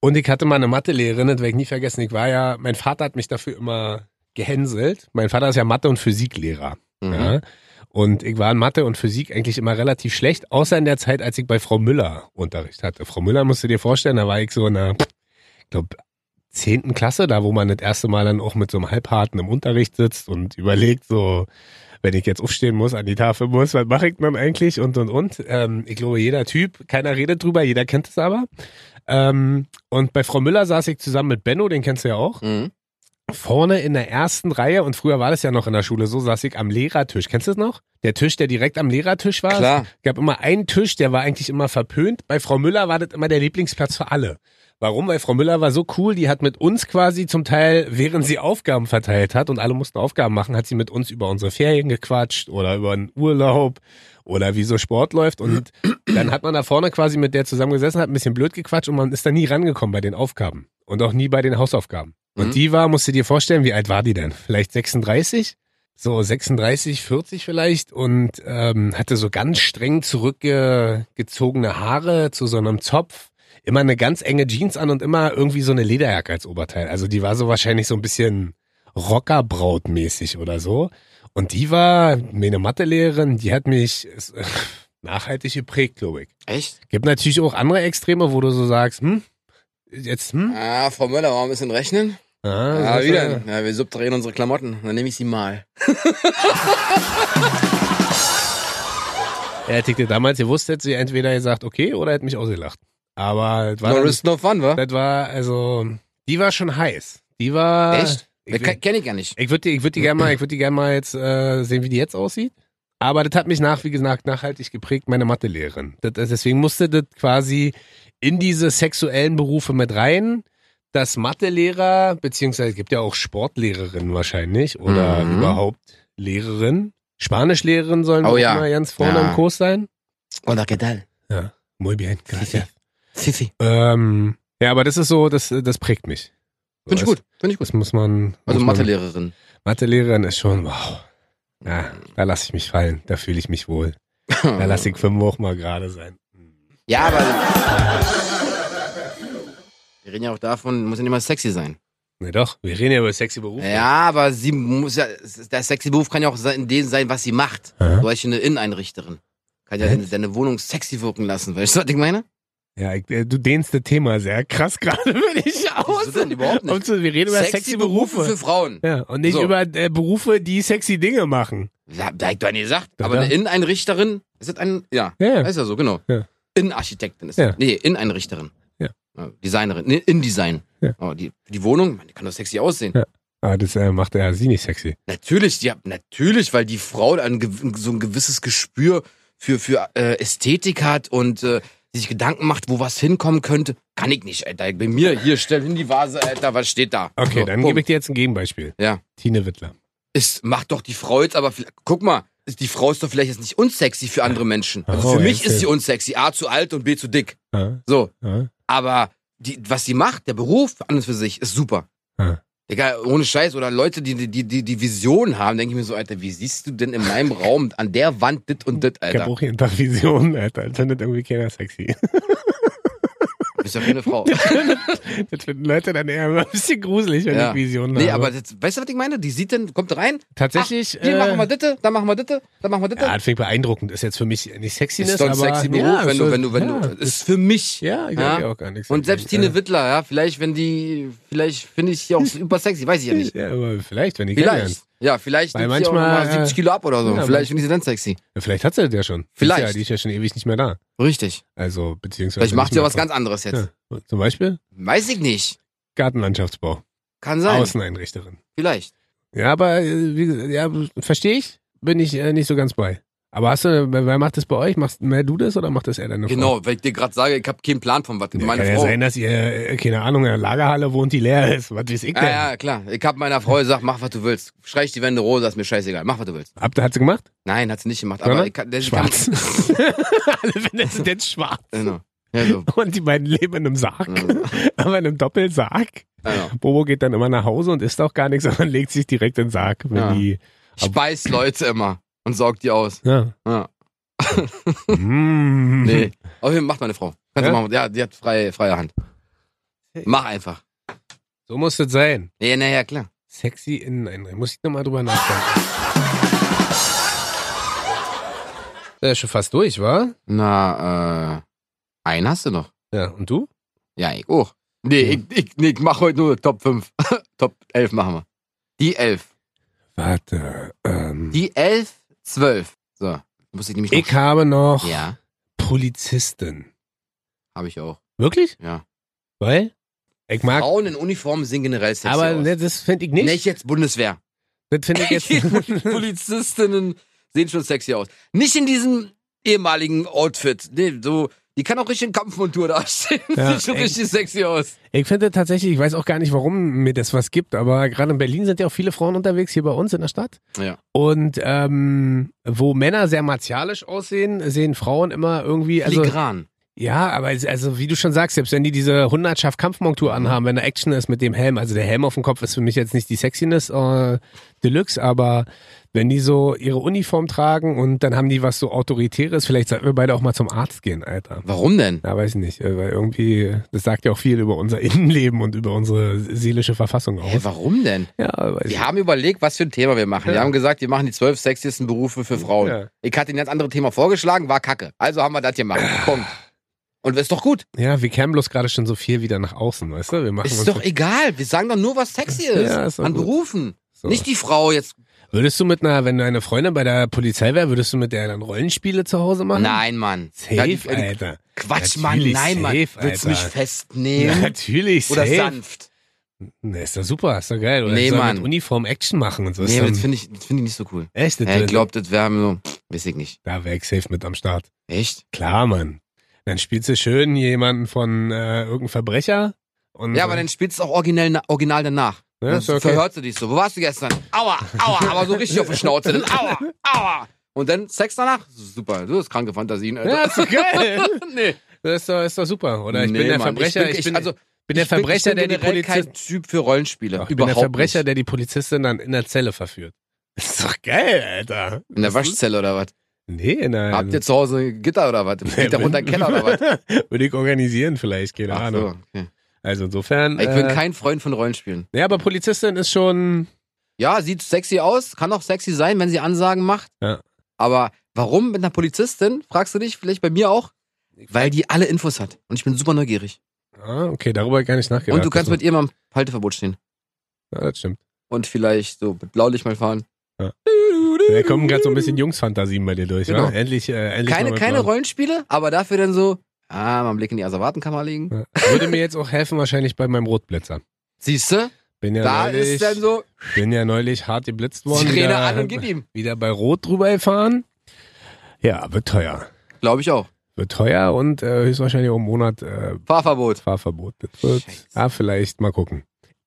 Speaker 1: Und ich hatte mal eine Mathelehrerin, das werde ich nie vergessen. Ich war ja, mein Vater hat mich dafür immer gehänselt. Mein Vater ist ja Mathe- und Physiklehrer.
Speaker 2: Mhm.
Speaker 1: Ja. Und ich war in Mathe und Physik eigentlich immer relativ schlecht, außer in der Zeit, als ich bei Frau Müller Unterricht hatte. Frau Müller musst du dir vorstellen, da war ich so in der, ich glaube, zehnten Klasse, da wo man das erste Mal dann auch mit so einem Halbharten im Unterricht sitzt und überlegt so, wenn ich jetzt aufstehen muss, an die Tafel muss, was mache ich dann eigentlich und und und. Ähm, ich glaube, jeder Typ, keiner redet drüber, jeder kennt es aber. Ähm, und bei Frau Müller saß ich zusammen mit Benno, den kennst du ja auch
Speaker 2: Mhm.
Speaker 1: vorne in der ersten Reihe und früher war das ja noch in der Schule so, saß ich am Lehrertisch. Kennst du das noch? Der Tisch, der direkt am Lehrertisch war.
Speaker 2: Klar.
Speaker 1: Es gab immer einen Tisch, der war eigentlich immer verpönt. Bei Frau Müller war das immer der Lieblingsplatz für alle. Warum? Weil Frau Müller war so cool, die hat mit uns quasi zum Teil, während sie Aufgaben verteilt hat und alle mussten Aufgaben machen, hat sie mit uns über unsere Ferien gequatscht oder über einen Urlaub oder wie so Sport läuft und dann hat man da vorne quasi mit der zusammengesessen, hat ein bisschen blöd gequatscht und man ist da nie rangekommen bei den Aufgaben und auch nie bei den Hausaufgaben. Und
Speaker 2: Mhm.
Speaker 1: die war, musst du dir vorstellen, wie alt war die denn? Vielleicht 36? so 36, 40 vielleicht und ähm, hatte so ganz streng zurückgezogene Haare zu so einem Zopf, immer eine ganz enge Jeans an und immer irgendwie so eine Lederjacke als Oberteil. Also die war so wahrscheinlich so ein bisschen Rockerbrautmäßig oder so. Und die war meine Mathelehrerin, die hat mich, es- nachhaltig geprägt, glaube ich.
Speaker 2: Echt?
Speaker 1: Gibt natürlich auch andere Extreme, wo du so sagst, hm, jetzt, hm,
Speaker 2: Ah, Frau Müller, wollen wir ein bisschen rechnen?
Speaker 1: ah,
Speaker 2: Ja,
Speaker 1: so-
Speaker 2: wieder. Ja, wir subtrahieren unsere Klamotten. Dann nehme ich sie mal.
Speaker 1: Er hätte ich dir damals gewusst, hätte sie entweder gesagt, okay, oder hätte mich ausgelacht. Aber das war,
Speaker 2: No risk, no fun, wa?
Speaker 1: das war, also, die war schon heiß. Die war.
Speaker 2: Echt?
Speaker 1: Ich,
Speaker 2: Ke- Kenn ich ja nicht.
Speaker 1: ich würde die, ich würd die gerne mal, ich würd die gern mal jetzt äh, sehen, wie die jetzt aussieht. Aber das hat mich nach, wie gesagt, nachhaltig geprägt, meine Mathelehrerin. Das, das- deswegen musste das quasi in diese sexuellen Berufe mit rein, dass Mathelehrer, beziehungsweise es gibt ja auch Sportlehrerinnen wahrscheinlich oder
Speaker 2: Mhm.
Speaker 1: überhaupt Lehrerinnen. Spanischlehrerinnen sollen
Speaker 2: Oh
Speaker 1: auch
Speaker 2: ja.
Speaker 1: immer ganz vorne
Speaker 2: Ja.
Speaker 1: im Kurs sein.
Speaker 2: Oder qué tal?
Speaker 1: Muy bien, gracias.
Speaker 2: Fifi.
Speaker 1: Ähm, ja, aber das ist so, das, das prägt mich.
Speaker 2: Finde ich
Speaker 1: Weißt-
Speaker 2: gut. Finde ich gut.
Speaker 1: Das muss man.
Speaker 2: Also
Speaker 1: muss man-
Speaker 2: Mathelehrerin.
Speaker 1: Mathelehrerin ist schon, wow. Ja, da lasse ich mich fallen, da fühle ich mich wohl. Da lasse ich fünf auch mal gerade sein.
Speaker 2: Ja, aber. Wir reden ja auch davon, muss ja nicht mal sexy sein.
Speaker 1: Ne doch, wir reden ja über sexy Berufe.
Speaker 2: Ja, aber sie muss ja. Der sexy Beruf kann ja auch se- in dem sein, was sie macht.
Speaker 1: Aha.
Speaker 2: Solche eine Inneneinrichterin. Kann ja
Speaker 1: Hä?
Speaker 2: deine, deine Wohnung sexy wirken lassen. Weißt du, was ich meine?
Speaker 1: Ja, ich, äh, du dehnst das Thema sehr krass gerade, wenn ich aus.
Speaker 2: Wieso denn überhaupt nicht?
Speaker 1: Und so, wir reden über sexy, Berufe.
Speaker 2: für Frauen.
Speaker 1: ja, und nicht
Speaker 2: So.
Speaker 1: über äh, Berufe, die sexy Dinge machen.
Speaker 2: Ja, da hab ich doch nicht gesagt.
Speaker 1: Ja,
Speaker 2: Aber
Speaker 1: da.
Speaker 2: eine Inneneinrichterin ist das ein. Ja,
Speaker 1: Ja, ja.
Speaker 2: ist ja so, genau.
Speaker 1: Ja.
Speaker 2: Innenarchitektin ist
Speaker 1: Ja.
Speaker 2: das. Nee, Inneneinrichterin.
Speaker 1: Ja.
Speaker 2: Designerin. Nee, Indesign.
Speaker 1: Ja.
Speaker 2: Oh, die, die Wohnung, man, die kann doch sexy aussehen.
Speaker 1: Ja. Ah, das äh, macht ja sie nicht sexy.
Speaker 2: Natürlich, die, hat- natürlich, weil die Frau ein, gew- so ein gewisses Gespür für, für äh, Ästhetik hat und äh, sich Gedanken macht, wo was hinkommen könnte. Kann ich nicht, Alter. Bei mir, hier, stell hin die Vase, Alter, was steht da?
Speaker 1: Okay,
Speaker 2: So,
Speaker 1: dann
Speaker 2: bumm.
Speaker 1: gebe ich dir jetzt ein Gegenbeispiel.
Speaker 2: Ja.
Speaker 1: Tine Wittler.
Speaker 2: Ist, macht doch die Frau jetzt, aber vielleicht- guck mal, ist die Frau ist doch vielleicht jetzt nicht unsexy für andere Menschen. Also
Speaker 1: Oh,
Speaker 2: für mich
Speaker 1: erzähl.
Speaker 2: ist sie unsexy. A zu alt und B zu dick.
Speaker 1: Ja,
Speaker 2: So.
Speaker 1: ja.
Speaker 2: Aber die, was sie macht, der Beruf an und für sich, ist super.
Speaker 1: Ja.
Speaker 2: Egal, ohne Scheiß. Oder Leute, die die, die, die Vision haben, denke ich mir so, Alter, wie siehst du denn in meinem Raum an der Wand dit und dit,
Speaker 1: Ich hab
Speaker 2: Alter?
Speaker 1: auch jeden Tag Visionen, Alter. Das findet irgendwie keiner sexy.
Speaker 2: Du bist doch keine Frau.
Speaker 1: Das finden Leute dann eher immer ein bisschen gruselig, wenn
Speaker 2: Ja.
Speaker 1: ich Visionen
Speaker 2: nee,
Speaker 1: habe.
Speaker 2: aber das, weißt du, was ich meine? Die sieht dann, kommt rein,
Speaker 1: tatsächlich.
Speaker 2: hier
Speaker 1: äh,
Speaker 2: machen wir ditte, dann machen wir ditte, dann machen wir ditte.
Speaker 1: ja, das finde ich beeindruckend. Ist jetzt für mich nicht Sexiness,
Speaker 2: ist doch ein
Speaker 1: aber
Speaker 2: sexy Beruf,
Speaker 1: ja,
Speaker 2: wenn du,
Speaker 1: so-
Speaker 2: wenn du, wenn
Speaker 1: ja,
Speaker 2: du, ist für mich.
Speaker 1: ja, ich
Speaker 2: Ja.
Speaker 1: sag ja auch gar nichts.
Speaker 2: Und selbst Tine
Speaker 1: ja.
Speaker 2: Wittler, ja, vielleicht, wenn die, vielleicht finde ich sie auch super sexy, weiß ich ja nicht.
Speaker 1: Ja, aber vielleicht, wenn die kennenlernt.
Speaker 2: Vielleicht. Ja, vielleicht
Speaker 1: Weil
Speaker 2: nimmt sie auch
Speaker 1: manchmal,
Speaker 2: noch mal 70
Speaker 1: äh,
Speaker 2: Kilo ab oder so.
Speaker 1: ja,
Speaker 2: vielleicht finde ich sie dann sexy.
Speaker 1: Ja, Vielleicht hat sie das ja schon. Die ist
Speaker 2: Vielleicht.
Speaker 1: Ja, die ist ja schon ewig nicht mehr da.
Speaker 2: Richtig.
Speaker 1: Also, beziehungsweise.
Speaker 2: Vielleicht
Speaker 1: nicht
Speaker 2: macht sie ja
Speaker 1: mehr
Speaker 2: was ganz anderes jetzt.
Speaker 1: Ja. Zum Beispiel
Speaker 2: Weiß ich nicht.
Speaker 1: Gartenlandschaftsbau.
Speaker 2: Kann sein.
Speaker 1: Außeneinrichterin.
Speaker 2: Vielleicht.
Speaker 1: Ja, aber äh, wie, gesagt, ja, verstehe ich, bin ich äh, nicht so ganz bei. Aber hast du, wer wer macht das bei euch? Machst mehr du das oder macht das er deine Frau?
Speaker 2: Genau, weil ich dir gerade sage, ich habe keinen Plan von was.
Speaker 1: Ja,
Speaker 2: meine
Speaker 1: kann ja
Speaker 2: Frau.
Speaker 1: sein, dass ihr, äh, keine Ahnung, in einer Lagerhalle wohnt, die leer ist. Was weiß ich denn?
Speaker 2: Ah, ja, ja, klar. Ich habe meiner Frau gesagt, mach was du willst. Streich die Wände rosa, ist mir scheißegal. Mach was du willst.
Speaker 1: Habt ihr, hat sie gemacht?
Speaker 2: Nein, hat sie nicht gemacht.
Speaker 1: Sondern?
Speaker 2: Aber Also ich kann, der- sie kann-
Speaker 1: Schwarz. Alle Wände sind jetzt schwarz.
Speaker 2: Genau. Ja, so.
Speaker 1: Und die beiden leben in einem Sarg.
Speaker 2: Mhm.
Speaker 1: Aber in einem Doppelsarg.
Speaker 2: Genau.
Speaker 1: Bobo geht dann immer nach Hause und isst auch gar nichts, sondern legt sich direkt in den Sarg. Wenn
Speaker 2: Ja.
Speaker 1: die,
Speaker 2: Ich beiß Leute immer und saugt die aus.
Speaker 1: ja.
Speaker 2: Ja.
Speaker 1: mm.
Speaker 2: Nee. Aber hier, macht meine Frau. Kannst du
Speaker 1: Ja?
Speaker 2: machen. Ja, die hat freie, freie Hand. Mach einfach.
Speaker 1: So muss das sein.
Speaker 2: Ja, naja, klar.
Speaker 1: Sexy Inneneinrichtung. Muss ich nochmal drüber nachdenken. Der ist schon fast durch, wa?
Speaker 2: Na, äh, einen hast du noch.
Speaker 1: Ja, und du?
Speaker 2: Ja, ich auch. Nee, ich, ich, nee, ich mach heute nur Top 5. Top 11 machen wir. Die 11.
Speaker 1: Warte, ähm.
Speaker 2: Die 11, 12. So, muss ich nämlich noch...
Speaker 1: Ich habe noch
Speaker 2: Ja,
Speaker 1: Polizistin.
Speaker 2: habe ich auch.
Speaker 1: Wirklich?
Speaker 2: Ja.
Speaker 1: Weil? Ich mag.
Speaker 2: Frauen in Uniform sehen generell sexy
Speaker 1: aber
Speaker 2: aus.
Speaker 1: ne, das finde ich nicht.
Speaker 2: Nicht jetzt Bundeswehr.
Speaker 1: Das finde ich jetzt.
Speaker 2: Polizistinnen sehen schon sexy aus. Nicht in diesem ehemaligen Outfit. Nee, so... Die kann auch richtig in Kampfmontur dastehen.
Speaker 1: Ja,
Speaker 2: Sieht schon
Speaker 1: ey.
Speaker 2: richtig sexy aus.
Speaker 1: ich finde tatsächlich, ich weiß auch gar nicht, warum mir das was gibt, aber gerade in Berlin sind ja auch viele Frauen unterwegs, hier bei uns in der Stadt.
Speaker 2: Ja.
Speaker 1: Und ähm, wo Männer sehr martialisch aussehen, sehen Frauen immer irgendwie. Also,
Speaker 2: Filigran.
Speaker 1: Ja, aber es- also wie du schon sagst, selbst wenn die diese Hundertschaft Kampfmontur anhaben, wenn da Action ist mit dem Helm, also der Helm auf dem Kopf ist für mich jetzt nicht die Sexiness äh, Deluxe, aber wenn die so ihre Uniform tragen und dann haben die was so Autoritäres, vielleicht sollten wir beide auch mal zum Arzt gehen, Alter.
Speaker 2: Warum denn?
Speaker 1: Ja, weiß ich nicht, äh, weil irgendwie, das sagt ja auch viel über unser Innenleben und über unsere seelische Verfassung
Speaker 2: Hä,
Speaker 1: aus.
Speaker 2: warum denn?
Speaker 1: Ja, weiß ich
Speaker 2: Wir haben überlegt, was für ein Thema wir machen. Wir
Speaker 1: Ja.
Speaker 2: haben gesagt, wir machen die zwölf sexiesten Berufe für Frauen.
Speaker 1: Ja.
Speaker 2: Ich hatte ein ganz anderes Thema vorgeschlagen, war kacke. Also haben wir das gemacht. Punkt. Und ist doch gut.
Speaker 1: Ja, wir kämen bloß gerade schon so viel wieder nach außen, weißt du? Wir machen uns
Speaker 2: Ist doch egal. Wir sagen doch nur, was sexy ist.
Speaker 1: Ja, ist doch
Speaker 2: an
Speaker 1: gut.
Speaker 2: Berufen.
Speaker 1: so.
Speaker 2: Nicht die Frau jetzt.
Speaker 1: Würdest du mit einer, wenn deine Freundin bei der Polizei wäre, würdest du mit der dann Rollenspiele zu Hause machen?
Speaker 2: Nein, Mann.
Speaker 1: Safe,
Speaker 2: Ja, die- äh,
Speaker 1: Alter.
Speaker 2: Quatsch,
Speaker 1: Natürlich
Speaker 2: Mann. Nein, Mann.
Speaker 1: safe,
Speaker 2: Willst du mich
Speaker 1: Alter.
Speaker 2: festnehmen?
Speaker 1: Natürlich,
Speaker 2: Oder
Speaker 1: safe.
Speaker 2: sanft?
Speaker 1: Nee, ist doch super, ist doch geil. Oder
Speaker 2: Nee,
Speaker 1: soll
Speaker 2: Mann.
Speaker 1: mit Uniform Action machen und so.
Speaker 2: Nee,
Speaker 1: ist dann,
Speaker 2: das finde ich, das find ich nicht so cool.
Speaker 1: echt, das
Speaker 2: Ja, ich glaube, das wären so, weiß ich nicht.
Speaker 1: da wäre ich safe mit am Start.
Speaker 2: Echt?
Speaker 1: Klar, Mann. Dann spielst du schön jemanden von äh, irgendeinem Verbrecher. Und,
Speaker 2: Ja, aber dann spielst du auch originell, na- original danach.
Speaker 1: Ja,
Speaker 2: dann
Speaker 1: ist okay.
Speaker 2: verhörst du dich so. Wo warst du gestern? Aua, aua, aber so richtig auf die Schnauze. Dann aua, aua. Und dann Sex danach? Super, du hast kranke Fantasien, Alter.
Speaker 1: Ja, ist doch geil.
Speaker 2: nee.
Speaker 1: Das ist doch, ist doch super. Oder ich
Speaker 2: Nee,
Speaker 1: bin der
Speaker 2: Mann.
Speaker 1: Verbrecher, ich bin,
Speaker 2: also,
Speaker 1: bin der
Speaker 2: ich bin-
Speaker 1: Verbrecher,
Speaker 2: ich bin
Speaker 1: der die
Speaker 2: generell
Speaker 1: Polizei...
Speaker 2: kein Typ für Rollenspieler.
Speaker 1: Doch, ich bin
Speaker 2: Überhaupt
Speaker 1: der Verbrecher,
Speaker 2: nicht.
Speaker 1: der die Polizistin dann in der Zelle verführt. Ist doch geil, Alter.
Speaker 2: In der
Speaker 1: Das ist-
Speaker 2: Waschzelle oder was?
Speaker 1: Nee, nein.
Speaker 2: Habt ihr zu Hause Gitter oder was? Geht da runter in den Keller oder was?
Speaker 1: Würde ich organisieren vielleicht, keine
Speaker 2: Ach so,
Speaker 1: Ahnung.
Speaker 2: okay.
Speaker 1: Also insofern.
Speaker 2: Ich bin
Speaker 1: äh,
Speaker 2: kein Freund von Rollenspielen.
Speaker 1: ja, aber Polizistin ist schon.
Speaker 2: Ja, sieht sexy aus, kann auch sexy sein, wenn sie Ansagen macht.
Speaker 1: Ja.
Speaker 2: Aber warum mit einer Polizistin, fragst du dich, vielleicht bei mir auch? Weil die alle Infos hat. Und ich bin super neugierig.
Speaker 1: Ah, okay, darüber gar nicht nachgedacht.
Speaker 2: Und du kannst
Speaker 1: Also,
Speaker 2: mit ihr mal im Halteverbot stehen.
Speaker 1: Ja, das stimmt.
Speaker 2: Und vielleicht so mit Blaulicht mal fahren.
Speaker 1: Ja. Da kommen gerade so ein bisschen Jungsfantasien bei dir durch,
Speaker 2: Genau.
Speaker 1: wa? Endlich, äh, endlich.
Speaker 2: Keine,
Speaker 1: mal mit
Speaker 2: keine
Speaker 1: Frauen.
Speaker 2: Rollenspiele, aber dafür dann so, ah, mal einen Blick in die Asservatenkammer legen.
Speaker 1: Ja. Würde mir jetzt auch helfen, wahrscheinlich bei meinem Rotblitzer.
Speaker 2: Siehst du?
Speaker 1: Bin ja,
Speaker 2: Da
Speaker 1: neulich,
Speaker 2: ist dann so,
Speaker 1: bin ja neulich hart geblitzt worden.
Speaker 2: Sirene
Speaker 1: wieder,
Speaker 2: an und gib ihm.
Speaker 1: wieder bei Rot drüber gefahren. Ja, wird teuer.
Speaker 2: Glaube ich auch.
Speaker 1: Wird teuer und äh, höchstwahrscheinlich auch im Monat äh,
Speaker 2: Fahrverbot.
Speaker 1: Fahrverbot. Das wird,
Speaker 2: Scheiße.
Speaker 1: ah, vielleicht mal gucken.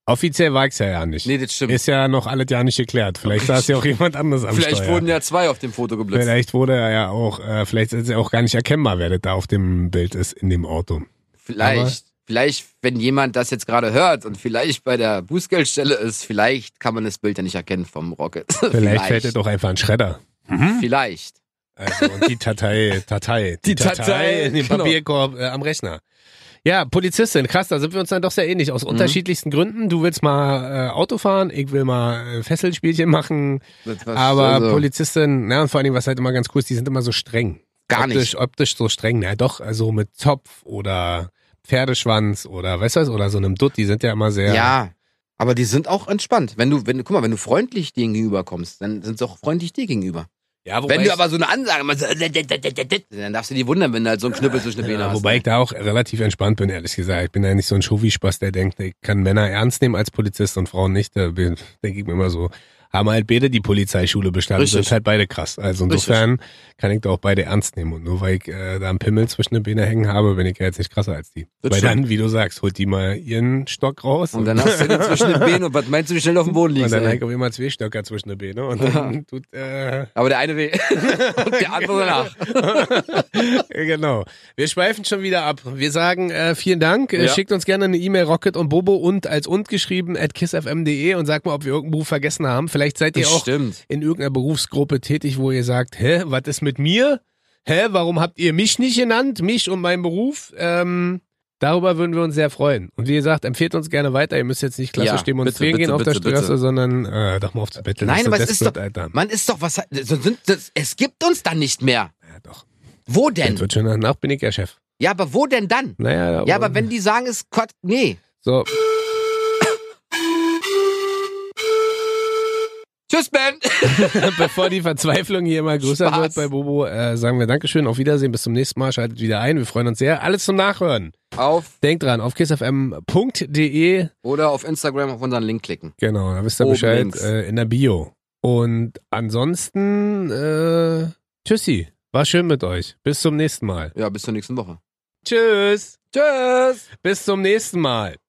Speaker 1: Offiziell war ich's ja ja nicht.
Speaker 2: Nee, das stimmt.
Speaker 1: Ist ja noch alles ja nicht geklärt. Vielleicht saß ja auch jemand anderes am
Speaker 2: Vielleicht
Speaker 1: Steuer.
Speaker 2: wurden ja zwei auf dem Foto geblitzt.
Speaker 1: vielleicht wurde er ja auch, äh, vielleicht ist er auch gar nicht erkennbar, wer das da auf dem Bild ist in dem Auto.
Speaker 2: Vielleicht, vielleicht, wenn jemand das jetzt gerade hört und vielleicht bei der Bußgeldstelle ist, vielleicht kann man das Bild ja nicht erkennen vom Rocket.
Speaker 1: Vielleicht, fällt Hm? er doch einfach ein Schredder.
Speaker 2: Vielleicht.
Speaker 1: Also, und die Datei, Datei,
Speaker 2: Die Datei,
Speaker 1: in dem
Speaker 2: genau.
Speaker 1: Papierkorb äh, am Rechner. Ja, Polizistin, krass, da sind wir uns dann doch sehr ähnlich,
Speaker 2: Mhm.
Speaker 1: aus unterschiedlichsten Gründen. Du willst mal äh, Auto fahren, ich will mal äh, Fesselspielchen machen,
Speaker 2: Das war-
Speaker 1: Aber
Speaker 2: also,
Speaker 1: Polizisten, na und vor allen Dingen, was halt immer ganz cool ist, die sind immer so streng.
Speaker 2: Gar
Speaker 1: optisch,
Speaker 2: nicht.
Speaker 1: Optisch so streng. Na doch, also mit Zopf oder Pferdeschwanz oder weißt du was, oder so einem Dutt, die sind ja immer sehr.
Speaker 2: ja. Aber die sind auch entspannt. Wenn du, wenn du, guck mal, wenn du freundlich denen gegenüber kommst, dann sind sie auch freundlich dir gegenüber.
Speaker 1: ja
Speaker 2: wenn du aber so eine Ansage machst, dann darfst du die wundern, wenn du halt so einen Knüppel zwischen den
Speaker 1: ich,
Speaker 2: Beinen
Speaker 1: ja,
Speaker 2: hast.
Speaker 1: wobei ich da auch relativ entspannt bin, ehrlich gesagt. Ich bin ja nicht so ein Schofi-Spaß, der denkt, ich kann Männer ernst nehmen als Polizist und Frauen nicht. Da bin- denke ich mir immer so. Haben halt beide die Polizeischule bestanden,
Speaker 2: Richtig.
Speaker 1: sind halt beide krass. Also
Speaker 2: Richtig.
Speaker 1: insofern kann ich da auch beide ernst nehmen. Und nur weil ich äh, da einen Pimmel zwischen den Beinen hängen habe, bin ich ja jetzt nicht krasser als die.
Speaker 2: Das
Speaker 1: Weil
Speaker 2: stimmt.
Speaker 1: dann, wie du sagst, holt die mal ihren Stock raus.
Speaker 2: und dann hast du den zwischen den Beinen und was meinst du, wie schnell du auf dem Boden
Speaker 1: und
Speaker 2: liegst?
Speaker 1: dann
Speaker 2: ey?
Speaker 1: hängt auf immer zwei Stöcker zwischen den Beinen. Und dann tut, äh,
Speaker 2: Aber der eine will. und der andere danach.
Speaker 1: genau. Wir schweifen schon wieder ab. Wir sagen äh, vielen Dank. Äh,
Speaker 2: Ja.
Speaker 1: Schickt uns gerne eine E-Mail Rocket und Bobo und als und geschrieben at kissfm.de und sagt mal, ob wir irgendeinen Beruf vergessen haben. Vielleicht seid ihr auch
Speaker 2: Stimmt.
Speaker 1: in irgendeiner Berufsgruppe tätig, wo ihr sagt, hä, was ist mit mir? Hä, warum habt ihr mich nicht genannt? Mich und meinen Beruf? Ähm, darüber würden wir uns sehr freuen. Und wie gesagt, empfehlt uns gerne weiter. Ihr müsst jetzt nicht klassisch
Speaker 2: Ja,
Speaker 1: demonstrieren
Speaker 2: bitte,
Speaker 1: gehen
Speaker 2: bitte,
Speaker 1: auf der
Speaker 2: bitte,
Speaker 1: Straße,
Speaker 2: bitte.
Speaker 1: sondern äh, doch mal auf zu betteln.
Speaker 2: Nein,
Speaker 1: Das
Speaker 2: aber es
Speaker 1: das
Speaker 2: ist
Speaker 1: wird,
Speaker 2: doch,
Speaker 1: Alter.
Speaker 2: man ist doch was, so sind, das, es gibt uns dann nicht mehr.
Speaker 1: Ja, doch.
Speaker 2: Wo
Speaker 1: Das
Speaker 2: denn?
Speaker 1: wird schon danach bin ich ja Chef.
Speaker 2: Ja, aber wo denn dann?
Speaker 1: Naja,
Speaker 2: Ja, aber wenn die sagen, es Gott, nee.
Speaker 1: So,
Speaker 2: Tschüss, Ben.
Speaker 1: bevor die Verzweiflung hier immer größer
Speaker 2: Spaß.
Speaker 1: wird bei Bobo, äh, sagen wir Dankeschön, auf Wiedersehen, bis zum nächsten Mal, schaltet wieder ein, wir freuen uns sehr. Alles zum Nachhören.
Speaker 2: Auf
Speaker 1: Denkt dran, auf kissfm.de
Speaker 2: oder auf Instagram auf unseren Link klicken.
Speaker 1: Genau, da wisst ihr
Speaker 2: Oben
Speaker 1: Bescheid
Speaker 2: links.
Speaker 1: äh, in der Bio. Und ansonsten, äh, tschüssi. War schön mit euch. Bis zum nächsten Mal.
Speaker 2: Ja, bis zur nächsten Woche.
Speaker 1: Tschüss.
Speaker 2: Tschüss.
Speaker 1: Bis zum nächsten Mal.